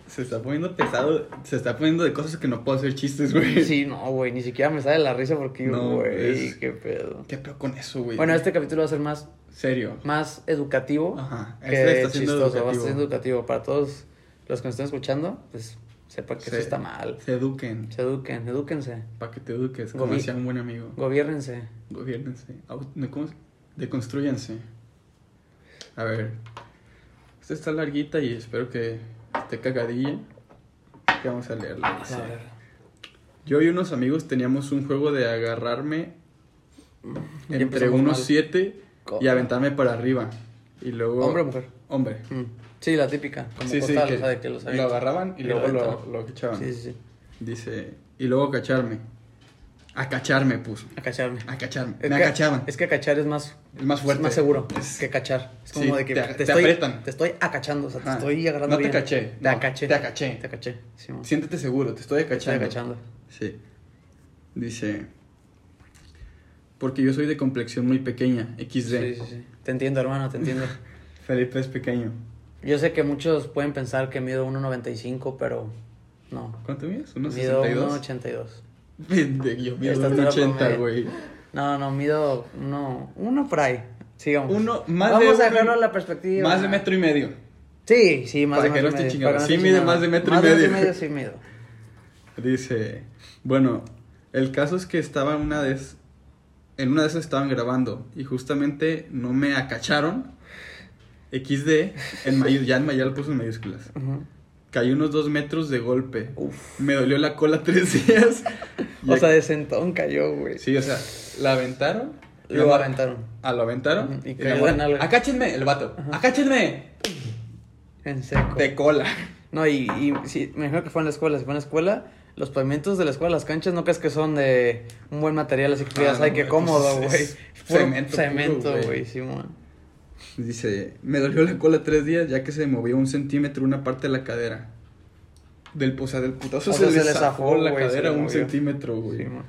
A: Se está poniendo pesado, se está poniendo de cosas que no puedo hacer chistes, güey.
B: Sí, no, güey, ni siquiera me sale la risa porque,
A: No,
B: güey,
A: es-
B: qué pedo.
A: ¿Qué pedo con eso, güey?
B: Bueno, este capítulo va a ser más,
A: Serio.
B: más educativo
A: Ajá.
B: que
A: Este está siendo
B: chistoso. Va a
A: educativo.
B: ser educativo para todos los que nos estén escuchando, pues sepa que
A: Sí.
B: eso está mal.
A: Se eduquen.
B: Se eduquen, edúquense,
A: Para que te eduques, como
B: Gobi-
A: decía un buen amigo.
B: gobiernense.
A: Gobiernense. au- no, ¿cómo es? Deconstruyanse. A ver. Esta está larguita y espero que esté cagadilla. Que vamos a leerla. dice.
B: A ver.
A: Yo y unos amigos teníamos un juego de agarrarme
B: Ya
A: entre
B: empezamos
A: unos
B: mal.
A: siete
B: Co-
A: y aventarme para arriba. Y luego.
B: ¿Hombre o mujer?
A: Hombre.
B: Mm. Sí, la típica, como
A: Sí, sí,
B: costal,
A: que
B: o sea, de que los
A: lo agarraban y,
B: Y lo
A: luego lo,
B: aventaban.
A: lo cachaban.
B: Sí, sí, sí.
A: Dice. Y luego cacharme. A cacharme puso.
B: A cacharme.
A: A cacharme.
B: Es
A: Ah, Me
B: que-
A: acachaban.
B: Es que cachar es más
A: Es más
B: Es
A: fuerte.
B: más seguro
A: Es-
B: que cachar. Es
A: Sí,
B: como de que
A: te-
B: te,
A: te
B: estoy,
A: aprietan.
B: Te estoy acachando, o sea,
A: Ajá.
B: te estoy agarrando
A: No te
B: bien.
A: caché,
B: Te
A: no,
B: acaché.
A: te acaché.
B: Te acaché, sí, mo.
A: Siéntete seguro, te estoy
B: Te estoy
A: acachando.
B: acachando.
A: Sí. Dice. porque yo soy de complexión muy pequeña, XD.
B: Sí, sí, sí. Te entiendo, hermano, te entiendo.
A: Felipe es pequeño.
B: Yo sé que muchos pueden pensar que mido 1.95, pero no.
A: ¿Cuánto mides? ¿Unos
B: Mido
A: 62?
B: 1.82.
A: Pendejo, yo mido
B: Esta altura
A: 1.80,
B: promedio.
A: güey.
B: No, no, mido uno, uno por ahí. Sigamos.
A: Uno, más de
B: Vamos
A: uno
B: a
A: y-
B: dejarlo a la perspectiva.
A: Más de metro y medio.
B: Sí, sí, más
A: Para
B: de
A: que
B: metro
A: no
B: y
A: esté
B: medio,
A: chingando.
B: para que no
A: Sí
B: esté
A: mide
B: chingando.
A: más de metro y
B: Más de metro
A: medio.
B: y medio sí mido.
A: Dice, bueno, el caso es que estaba una vez, en una de esas estaban grabando y justamente no me acacharon, XD, en mayús, ya en may- ya lo puso en mayúsculas.
B: Ujú.
A: Caí unos dos metros de golpe.
B: Uf.
A: Me dolió la cola tres días. Y
B: O sea, de sentón cayó, güey.
A: Sí, o sea, la aventaron. y la
B: Lo
A: morra-
B: aventaron.
A: Ah, lo aventaron.
B: Ujú, y
A: la
B: cayó
A: morra,
B: de nalga.
A: Acáchenme, el vato. Acáchenme.
B: En seco.
A: De cola.
B: No, y, y sí, me imagino que fue en la escuela. Si fue en la escuela, los pavimentos de la escuela, las canchas, no crees que son de un buen material, así que tú
A: Ah,
B: ya
A: no,
B: sabes qué
A: güey,
B: cómodo,
A: pues,
B: güey.
A: es
B: Puro
A: cemento puro,
B: Cemento,
A: güey.
B: güey, Simón.
A: Dice, me dolió la cola tres días ya que se movió un centímetro una parte de la cadera. Del, o sea, del putazo
B: O
A: se,
B: sea,
A: le
B: se le
A: zafó
B: zafó,
A: la
B: güey, se
A: cadera
B: le
A: un
B: movió.
A: centímetro, güey.
B: Simón.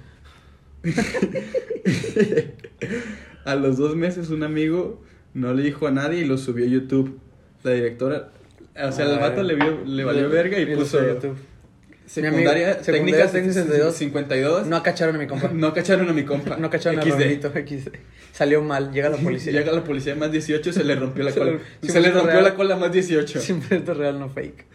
A: a los dos meses un amigo no le dijo a nadie y lo subió a YouTube. La directora, o sea, al
B: Ah,
A: vato le, vio, le valió verga y
B: lo
A: puso
B: subió a YouTube. Mi
A: secundaria,
B: amigo,
A: técnicas
B: secundaria técnicas
A: 52.
B: 52.
A: 52.
B: No cacharon a mi compa.
A: No cacharon a mi compa.
B: No cacharon
A: XD.
B: a Roberto XD. Salió mal, llega la policía.
A: Llega la policía más 18, se le rompió la
B: Se
A: cola.
B: le-
A: Se,
B: sí,
A: le
B: fue
A: rompió
B: real.
A: la cola más 18.
B: 100% real, no fake.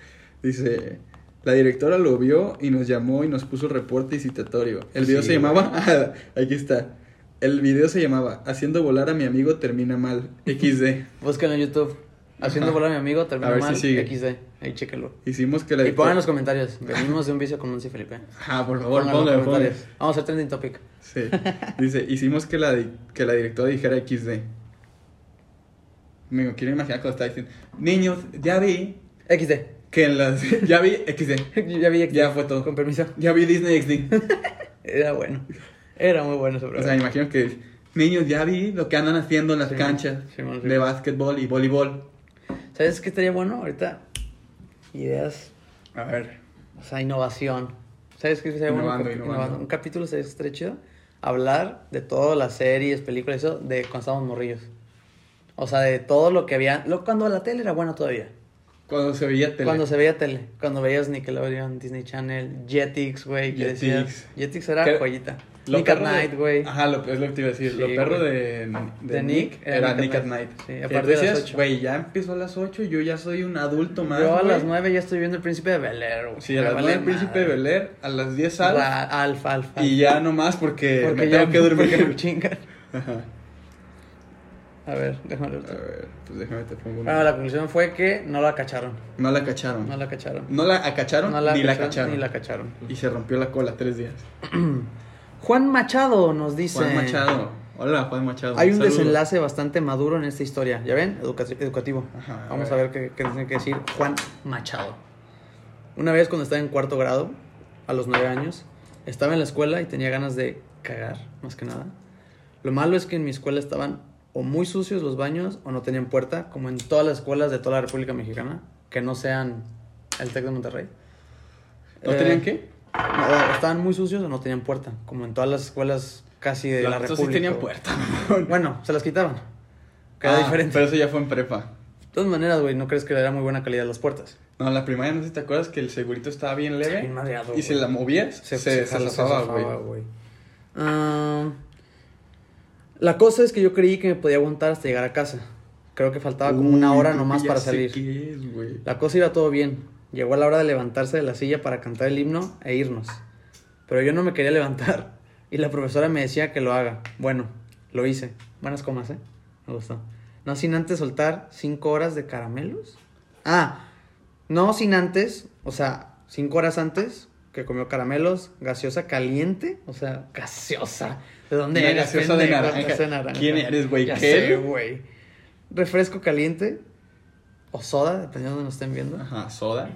A: Dice, la directora lo vio y nos llamó y nos puso reporte y citatorio. El video
B: Sí,
A: se llamaba, aquí está. El video se llamaba Haciendo volar a mi amigo termina mal, XD.
B: Búsquenlo en YouTube. Haciendo
A: Ajá.
B: volar a mi amigo, termina
A: A ver si
B: mal,
A: sigue.
B: XD. Ahí chéquenlo.
A: Hicimos que la
B: Y pongan
A: directora...
B: en los comentarios. Venimos de un vicio con Nancy Felipe.
A: Ah, por favor,
B: Pongan en los
A: póngalo, póngalo.
B: comentarios. Vamos a hacer trending topic.
A: Sí. Dice, hicimos que la, di- que la directora dijera XD. Me quiero imaginar cuando está diciendo, niños, ya vi
B: XD.
A: que en las... ya vi XD.
B: Ya vi XD.
A: Ya fue todo.
B: Con permiso.
A: Ya vi Disney XD.
B: Era bueno. Era muy bueno ese
A: O sea,
B: programa.
A: me imagino que niños ya vi lo que andan haciendo en las
B: Sí,
A: canchas
B: sí, bueno, sí,
A: de
B: bueno.
A: básquetbol y voleibol.
B: ¿Sabes qué estaría bueno ahorita? Ideas.
A: A ver.
B: O sea, innovación. ¿Sabes qué sería bueno?
A: Innovando,
B: Cap-
A: innovando.
B: Un capítulo sería estaría chido. Hablar de todas las series, películas, eso, de cuando estábamos morrillos. O sea, de todo lo que había. Lo, cuando la tele era buena todavía.
A: Cuando se veía tele.
B: Cuando se veía tele. Cuando veías Nickelodeon, Disney Channel, Jetix, güey. que
A: Jetix.
B: decías- Jetix era
A: Que-
B: joyita.
A: Lo
B: Nick at
A: perro de-
B: Night, güey.
A: Ajá, lo, es lo que te iba a decir.
B: Sí,
A: lo perro
B: güey.
A: de, de,
B: De
A: Nick,
B: Nick
A: era Nick at Night.
B: Sí,
A: Que
B: a
A: tú
B: partir de las
A: decías,
B: ocho.
A: Güey, ya empezó a las 8 y yo ya soy un adulto más.
B: Yo a
A: güey".
B: las 9 ya estoy viendo El Príncipe de Bel Air, güey.
A: Sí, a las
B: Me
A: 9
B: vale
A: el príncipe de
B: madre.
A: Bel Air, a las 10 sal.
B: Ra- Alfa, alfa.
A: Y ya nomás porque,
B: Porque
A: me
B: ya
A: tengo que
B: porque me
A: dormir.
B: chingan.
A: Ajá.
B: A ver, déjame
A: A ver, pues déjame te pongo una.
B: Bueno, Ah, la conclusión fue que no la cacharon.
A: No la cacharon.
B: No la cacharon.
A: No la acacharon
B: No la
A: ni la
B: cacharon,
A: cacharon.
B: Ni la cacharon.
A: Y se rompió la cola tres días.
B: Juan Machado nos dice.
A: Juan Machado. Hola, Juan Machado.
B: Hay un
A: saludo.
B: desenlace bastante maduro en esta historia. ¿Ya ven? Educa- educativo.
A: Ajá, a
B: Vamos a
A: ver.
B: ver qué, qué tiene que decir Juan Machado. Una vez cuando estaba en cuarto grado, a los nueve años, estaba en la escuela y tenía ganas de cagar, más que nada. Lo malo es que en mi escuela estaban o muy sucios los baños o no tenían puerta, como en todas las escuelas de toda la República Mexicana, que no sean el TEC de Monterrey.
A: ¿No
B: Eh,
A: tenían qué?
B: no, o estaban muy sucios o no tenían puerta, como en todas las escuelas casi de la,
A: Estos
B: República.
A: sí tenían
B: güey.
A: puerta.
B: Bueno, se las quitaban. Que era
A: Ah,
B: diferente.
A: Pero eso ya fue en prepa.
B: De todas maneras, güey, no crees que le era muy buena calidad las puertas.
A: No, en la primaria, no sé si te acuerdas que el segurito estaba bien leve.
B: Bien madreado,
A: y si
B: güey.
A: la movías, se, se,
B: jalaba,
A: zafaba,
B: zafaba,
A: güey.
B: Ah, la cosa es que yo creí que me podía aguantar hasta llegar a casa. Creo que faltaba como una
A: Uy,
B: hora
A: creo que
B: nomás
A: ya
B: para
A: sé
B: salir.
A: qué es, güey.
B: La cosa iba todo bien. Llegó a la hora de levantarse de la silla para cantar el himno e irnos. Pero yo no me quería levantar. Y la profesora me decía que lo haga. Bueno, lo hice. Buenas comas, ¿eh? Me gustó. No sin antes soltar cinco horas de caramelos. Ah, no sin antes, o sea, cinco horas antes que comió caramelos, gaseosa caliente. O sea, gaseosa. ¿De dónde
A: Una
B: eres,
A: gaseosa de
B: pendejo?
A: naranja.
B: Gaseosa de naranja.
A: ¿Quién eres, güey?
B: Ya
A: ¿Qué?
B: sé, güey. Refresco caliente o soda, dependiendo de donde nos estén viendo.
A: Ajá, soda.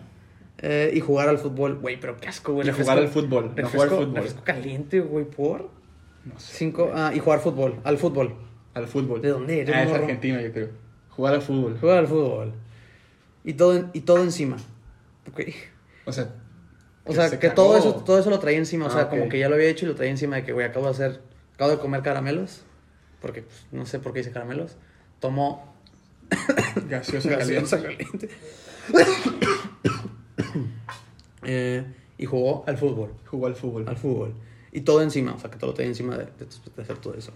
B: Eh, y jugar al fútbol, güey, pero qué asco, güey.
A: Y
B: refresco-
A: jugar al fútbol. No
B: refresco-
A: jugar al fútbol.
B: refresco caliente, güey, por
A: No sé.
B: cinco. Ah, y jugar fútbol, al fútbol.
A: Al fútbol.
B: ¿De dónde eres,
A: Ah, es
B: morro?
A: argentino, yo creo. Jugar al fútbol.
B: Jugar al fútbol. Y todo, en- y todo encima. Ok.
A: O sea,
B: O sea,
A: se
B: que todo
A: cagó.
B: eso, todo eso lo traía encima. O
A: Ah,
B: sea,
A: ok.
B: como que ya lo había hecho y lo traía encima de que, güey, acabo de hacer Acabo de comer caramelos, porque pues, no sé por qué hice caramelos. Tomo
A: Gaseosa
B: gaseosa
A: caliente.
B: caliente. Eh, y jugó al fútbol.
A: Jugó al fútbol.
B: Al fútbol. Y todo encima, o sea, que todo lo tenía encima de, de- de hacer todo eso.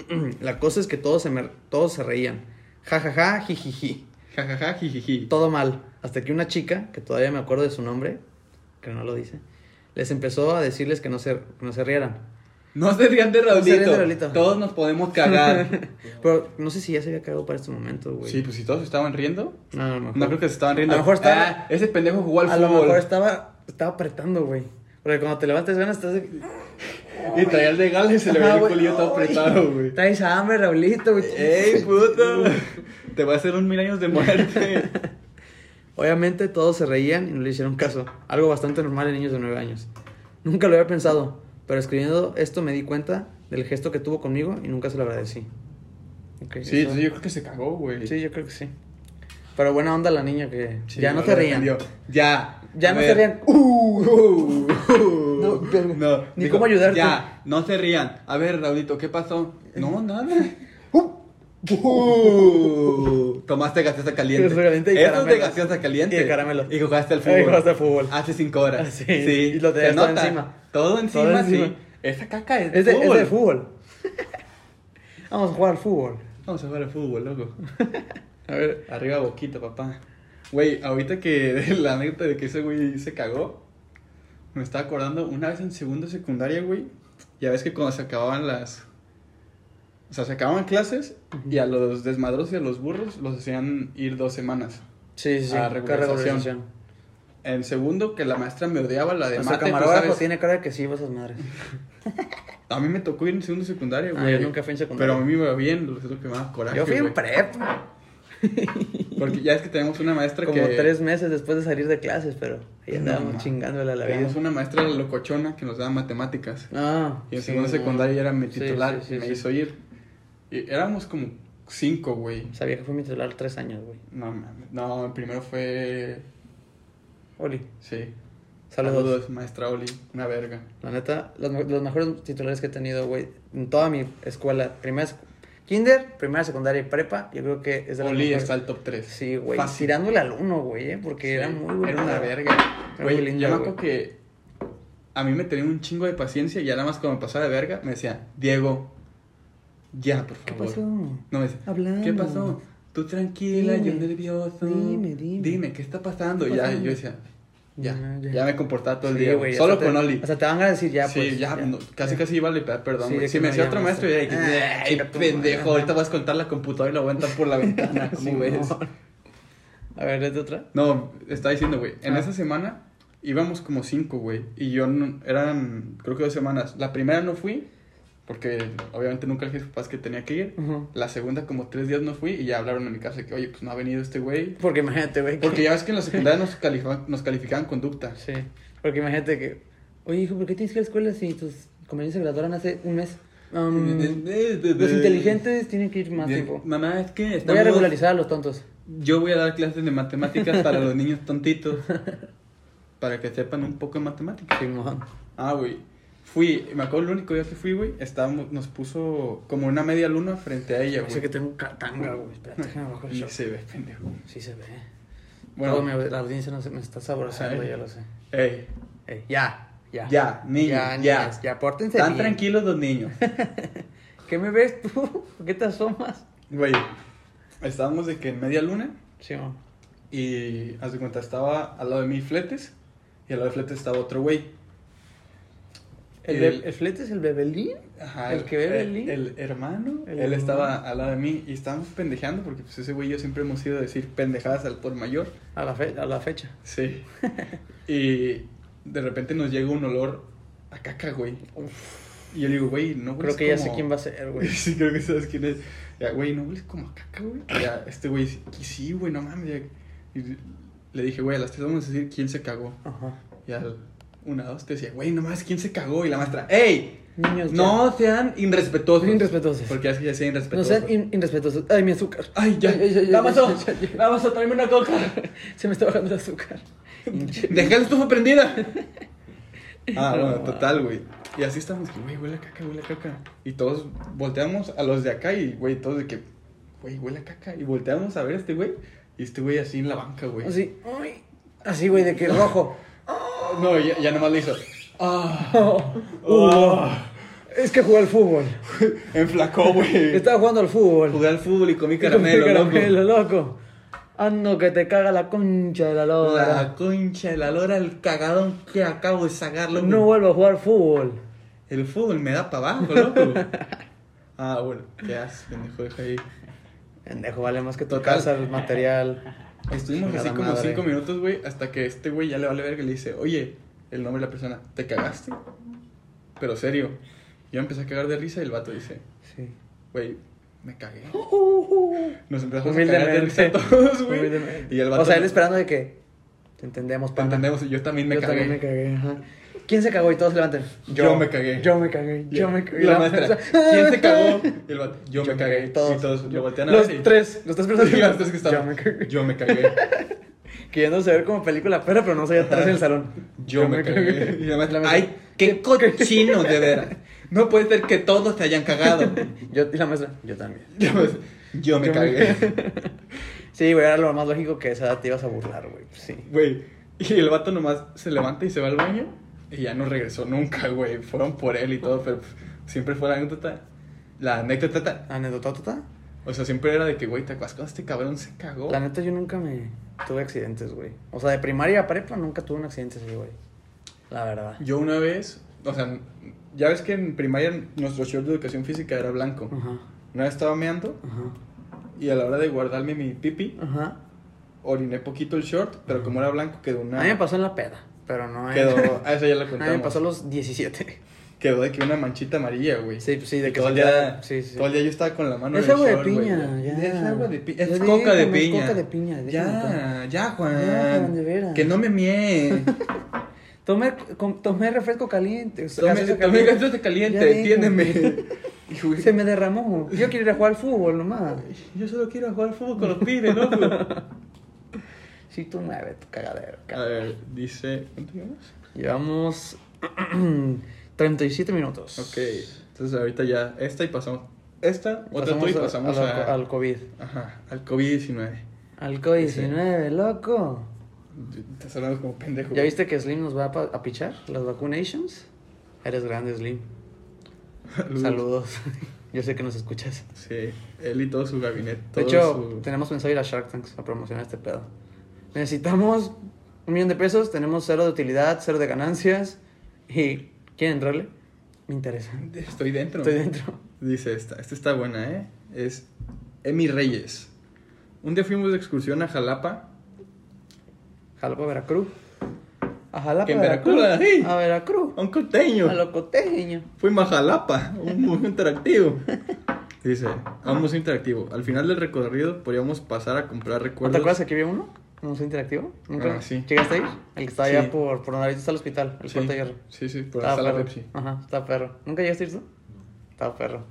B: La cosa es que todos se, me, todos se reían. Ja, ja, ja, jijiji.
A: Jajaja, jijiji.
B: Todo mal. Hasta que una chica, que todavía me acuerdo de su nombre, que no lo dice, les empezó a decirles que no se, que no se rieran.
A: No se rían de
B: se rían de
A: Raulito.
B: Raulito.
A: Todos nos podemos cagar.
B: Pero no sé si ya se había cagado para este momento, güey.
A: sí, pues si todos estaban riendo.
B: No, a lo mejor.
A: No creo que se estaban riendo.
B: A lo mejor estaba-
A: Ah, ese pendejo jugó al
B: A lo
A: fútbol.
B: mejor estaba, estaba apretando, güey. Porque cuando te levantas ganas, estás de-
A: Y traía el de Gales y se le
B: Ah,
A: veía el
B: güey,
A: culillo todo
B: ay.
A: apretado, güey.
B: Traes hambre, Raulito, güey.
A: ¡Ey, pues. puto! Te va a hacer un mil años de muerte.
B: Obviamente todos se reían y no le hicieron caso. Algo bastante normal en niños de 9 años. Nunca lo había pensado, pero escribiendo esto me di cuenta del gesto que tuvo conmigo y nunca se lo agradecí. Ok,
A: Sí,
B: eso-
A: entonces yo creo que se cagó, güey.
B: sí, yo creo que sí. Pero buena onda la niña que...
A: Sí,
B: ya no
A: lo
B: te rían.
A: defendió. Ya.
B: Ya
A: A
B: no
A: ver.
B: se rían.
A: Uh, uh, uh.
B: No, verga.
A: No,
B: Ni
A: digo,
B: cómo ayudarte.
A: Ya, no se rían. A ver, Raulito, ¿qué pasó? No, nada. Uh, tomaste gaseosa caliente.
B: Gaseosa caliente y
A: Eso es de
B: caramelos.
A: gaseosa caliente.
B: Y de caramelo.
A: Y jugaste al
B: Y
A: fútbol.
B: jugaste al fútbol.
A: Hace cinco horas.
B: Ah, sí.
A: Sí.
B: Y lo tenías
A: Se
B: todo
A: nota.
B: encima.
A: Todo encima, sí.
B: encima.
A: Esa caca es,
B: Es de, es
A: fútbol.
B: de fútbol. Vamos a jugar al fútbol.
A: Vamos a jugar al fútbol, loco.
B: A ver.
A: Arriba boquita, papá. Güey, ahorita que la anécdota de que ese güey se cagó, me estaba acordando una vez en segundo de secundaria, güey. Ya ves que cuando se acababan las. O sea, se acababan clases y a los desmadros y a los burros los hacían ir dos semanas.
B: Sí, sí, sí.
A: Ah,
B: Qué
A: regularización.
B: regularización.
A: En segundo, que la maestra me odiaba, la de
B: Nuestro
A: mate, pues,
B: camarógrafo
A: ¿sabes?
B: tiene cara de que sí, vas a esas madres.
A: A mí me tocó ir en segundo de secundaria,
B: Ah,
A: güey.
B: yo nunca fui en secundaria.
A: Pero a mí me va bien, lo que es lo que me da coraje.
B: Yo fui en
A: güey.
B: prep.
A: Porque ya es que tenemos una maestra
B: Como
A: que.
B: tres meses después de salir de clases, pero ahí
A: No,
B: andábamos
A: ma.
B: chingándole a la vida.
A: Tenemos una maestra locochona que nos daba matemáticas.
B: Ah,
A: Y en
B: sí,
A: segundo
B: no.
A: secundaria era mi
B: Sí,
A: titular
B: sí, sí,
A: y me
B: sí.
A: hizo ir. Y éramos como cinco, güey.
B: Sabía que fue mi titular tres años, güey.
A: No, mames. no, el primero fue...
B: Oli,
A: Sí.
B: saludos.
A: maestra Oli. Una verga.
B: La neta, los, me- los mejores titulares que he tenido, güey, en toda mi escuela. Primera, sec- kinder, primera, secundaria y prepa, yo creo que es de los
A: Oli
B: mejores.
A: está el top 3.
B: Sí, güey,
A: Fácil.
B: tirándole al uno, güey, eh, porque era muy bueno.
A: Era una verga.
B: Era muy
A: Güey,
B: linda,
A: yo me
B: güey.
A: acuerdo que a mí me tenía un chingo de paciencia y ya nada más cuando me pasaba de verga me decía, Diego, ya, por
B: ¿Qué
A: favor.
B: pasó?
A: No me decía,
B: Hablamos.
A: ¿Qué pasó? Tú tranquila, yo
B: Mm. Dime,
A: nervioso.
B: dime, dime.
A: Dime, ¿qué está pasando?
B: ¿Qué
A: Y ya,
B: pasó?
A: yo decía, ya,
B: No, ya.
A: ya, me comportaba todo el
B: Sí,
A: día.
B: güey,
A: solo
B: hasta
A: con
B: te-
A: Oli.
B: Hasta te van a decir ya,
A: sí,
B: pues.
A: ya, no, casi casi iba a le pedir perdón.
B: Sí,
A: güey.
B: de
A: si
B: que
A: me
B: no,
A: decía
B: ya,
A: otro
B: no
A: maestro,
B: sé.
A: ya dije,
B: Ah,
A: "Ay,
B: chinga tu madre,
A: pendejo,
B: ajá.
A: ahorita vas a contar la computadora y la voy a entrar por la ventana.
B: Sí,
A: ¿Cómo
B: güey.
A: ves?
B: A ver, ¿es de otra?
A: No, estaba diciendo, güey. En
B: Ah.
A: esa semana íbamos como cinco, güey. Y yo no- eran, creo que dos semanas. La primera no fui, porque obviamente nunca le dije a mis papás que tenía que ir. La segunda, como tres días no fui y ya hablaron en mi casa que, oye, pues no ha venido este güey.
B: Porque imagínate, güey. que-
A: Porque ya ves que en la secundaria nos, califa- nos calificaban conducta.
B: Sí, porque imagínate que, oye hijo, ¿por qué tienes que ir a la escuela si tus compañeros se graduaron hace un mes? Am, Mm. los inteligentes tienen que ir más tiempo.
A: Mamá, es que
B: Voy a
A: estamos-
B: regularizar a los tontos.
A: Yo voy a dar clases de matemáticas para los niños tontitos. Para que sepan un poco de matemáticas.
B: Simón.
A: Ah, güey. Fui, me acuerdo el único día que fui, güey, estábamos, nos puso como una media luna frente a ella,
B: Yo sé que
A: güey.
B: tengo un catanga, güey. Espérate, déjame bajar el
A: Y
B: short.
A: se ve, pendejo.
B: Sí se ve.
A: Bueno,
B: Todo mi- la audiencia no se, me está saboreando,
A: Ay.
B: ya lo sé.
A: ey,
B: Ey, ya, ya.
A: Ya, niños, ya.
B: niñas, ya, pórtense
A: están
B: bien.
A: tranquilos los niños.
B: ¿Qué me ves tú? ¿Por qué te asomas?
A: Güey, estábamos de que en media luna
B: Simón.
A: y, haz de cuenta, estaba al lado de mí Fletes y al lado de Fletes estaba otro güey.
B: ¿El,
A: El-
B: be- el flete es el bebelín?
A: Ajá,
B: ¿El que bebe
A: el,
B: el link?
A: el hermano,
B: El
A: él
B: hermano.
A: estaba al lado de mí y estábamos pendejeando porque pues ese güey y yo siempre hemos ido a decir pendejadas al por mayor.
B: A la, fe- a la fecha.
A: Sí. y de repente nos llega un olor a caca, güey. Y yo le digo, güey, no
B: Creo que ya sé quién va a ser, güey.
A: sí, creo que sabes quién es. Ya, güey, no hueles como a caca, güey. Y Ya, este güey, sí, que sí, güey, no mames. ya. Y le dije, güey, a las tres vamos a decir quién se cagó.
B: Ajá.
A: Y al una, dos, te decía, güey, no mames, quién se cagó. Y la maestra, ¡ey!
B: Niños, ya.
A: No sean irrespetuosos.
B: Irrespetuosos.
A: Porque es que ya sea
B: No
A: irrespetuosos.
B: sean in- irrespetuosos. Ay, mi azúcar.
A: Ay, ya.
B: Ay, ay, ay,
A: Damas,
B: ay,
A: oh,
B: ay, ay, ay.
A: damas, oh, tráeme una coca.
B: Se me está bajando el azúcar.
A: Deja la estufa prendida. Ah,
B: No,
A: bueno,
B: ma.
A: total, güey. Y así estamos, que, güey, huele a caca, huele a caca. Y todos volteamos a los de acá y, güey, todos de que, güey, huele a caca. Y volteamos a ver a este güey. Y este güey así en la banca, güey.
B: Así, ay, así, güey, de que rojo.
A: No, ya, ya nomás le hizo. Ah,
B: Uh, es que jugué al fútbol.
A: enflacó, güey.
B: Estaba jugando al fútbol.
A: Jugué al fútbol y comí
B: Y comí
A: caramelo,
B: caramelo, loco. Ando que te caga la concha de la
A: loco.
B: lora.
A: La concha de la lora, el cagadón que acabo de sacar, loco.
B: No vuelvo a jugar fútbol.
A: El fútbol me da para abajo, loco. ah, bueno, qué haces, pendejo, deja ahí.
B: Pendejo, vale más que tu
A: Total.
B: casa, el material.
A: Estuvimos así
B: Chingada
A: como
B: madre.
A: cinco minutos, güey, hasta que este güey ya le vale verga y le dice, oye, el nombre de la persona, ¿te cagaste? Pero serio, yo empecé a cagar de risa y el vato dice,
B: Sí.
A: güey, me cagué. Nos empezamos a cagar de risa
B: Humildemente.
A: todos, güey.
B: Humildemente.
A: Y el vato,
B: O sea, él esperando de que. Te entendemos,
A: "Te
B: panda.
A: entendemos, yo también me
B: yo
A: cagué.
B: también me cagué. Ajá. ¿Quién se cagó? Y todos levanten.
A: Yo me cagué.
B: Yo me cagué.
A: Y-
B: Yo me cagué.
A: y la maestra, ¿quién se cagó? Y el vato, yo, me cagué.
B: Todos.
A: Y todos lo voltean a
B: los
A: ver y-
B: tres. Los tres personas.
A: Y las tres que estaban,
B: Yo me cagué.
A: Yo me cagué.
B: Queriéndose ver como película perra, pero no sabía atrás en el salón.
A: Yo me cagué. Y la maestra, ay,
C: qué cochino, de veras. No puede ser que todos te hayan cagado.
B: Yo, y la maestra, yo también.
A: yo me, yo me cagué.
B: Sí, güey, era lo más lógico que a esa edad te ibas a burlar, güey. Sí.
A: Güey, y el vato nomás se levanta y se va al baño y ya no regresó nunca, güey. Fueron por él y todo, pero pues, siempre fue la anécdota. La anécdota, ta-
B: ¿Anedotota?
A: o sea, siempre era de que, güey, ¿te acuerdas cuando este cabrón se cagó?
B: La neta, yo nunca me tuve accidentes, güey. O sea, de primaria a prepa nunca tuve un accidente así, güey. La verdad.
A: Yo una vez, o sea, ya ves que en primaria nuestro short de educación física era blanco.
B: Ajá,
A: Una vez estaba meando
B: ajá,
A: y a la hora de guardarme mi pipi,
B: ajá.
A: oriné poquito el short, pero como era blanco quedó una...
B: A mí me pasó en la peda, pero no en-
A: Quedó, ah, eso ya lo
B: A mí
A: contamos.
B: me pasó a los 17.
A: Quedó de que una manchita amarilla, güey.
B: Sí, sí, de que
A: todo el
B: se queda-
A: día,
B: Sí, sí.
A: todo el día yo estaba con la mano
B: Es
A: en el
B: agua de
A: short, güey,
B: piña,
A: ya.
B: ya.
A: Es agua de piña, es
B: Ya
A: coca de
B: déjame, es
A: piña.
B: coca de piña, déjame
A: Ya,
B: acá.
A: ya, Juan.
B: Ya, Juan, de veras.
A: Que no me mie.
B: Tomé, com- tomé refresco caliente. o sea,
A: Tome
B: gaseosa
A: tome
B: caliente.
A: gatos de
B: Ya
A: caliente,
B: déjame.
A: entiéndeme. Y, güey,
B: Se me derramó. Yo quiero ir a jugar al fútbol nomás.
A: Yo solo quiero jugar fútbol con los pibes, ¿no? güey?
B: Sí, tú mueve tu cagadero.
A: A
B: cabrón.
A: ver, dice. ¿Cuánto llevamos?
B: Llevamos 37 minutos.
A: Ok, entonces ahorita ya esta y pasamos. Esta, otra tú y pasamos
B: al,
A: a,
B: al COVID.
A: Ajá, al COVID-19.
B: Al COVID-19, loco.
A: Te sonamos como pendejo.
B: ¿Ya viste que Slim nos va a, pa- a pichar las vacunations? Eres grande, Slim.
A: Saludos.
B: Saludos. Yo sé que nos escuchas.
A: Sí, él y todo su gabinete. todo
B: De hecho,
A: su-
B: tenemos pensado ir a Shark Tanks a promocionar este pedo. Necesitamos un millón de pesos, tenemos cero de utilidad, cero de ganancias. ¿Y quieren entrarle? Me interesa.
A: Estoy dentro.
B: Estoy dentro.
A: Dice esta. Esta está buena, ¿eh? Es Emi Reyes. Un día fuimos de excursión a Jalapa.
B: Jalapa, Veracruz. A Jalapa,
A: Que en Veracruz, ¿eh? Oh, ahí.
B: A Veracruz.
A: A un costeño.
B: A Locoteño.
A: Fuimos a Jalapa, a un museo interactivo. Dice, a un museo interactivo. Al final del recorrido podíamos pasar a comprar
B: ¿No
A: recuerdos.
B: te acuerdas que aquí había uno? ¿Un museo interactivo? ¿Nunca?
A: Ah, sí.
B: ¿Llegaste a ir? El que estaba
A: Sí.
B: allá por, por donde está el hospital, el
A: Sí,
B: puerto de hierro.
A: Sí, sí, por
B: Estaba
A: hasta Pues la
B: perro.
A: Pepsi.
B: Ajá, está perro. ¿Nunca llegaste a ir tú? Está perro.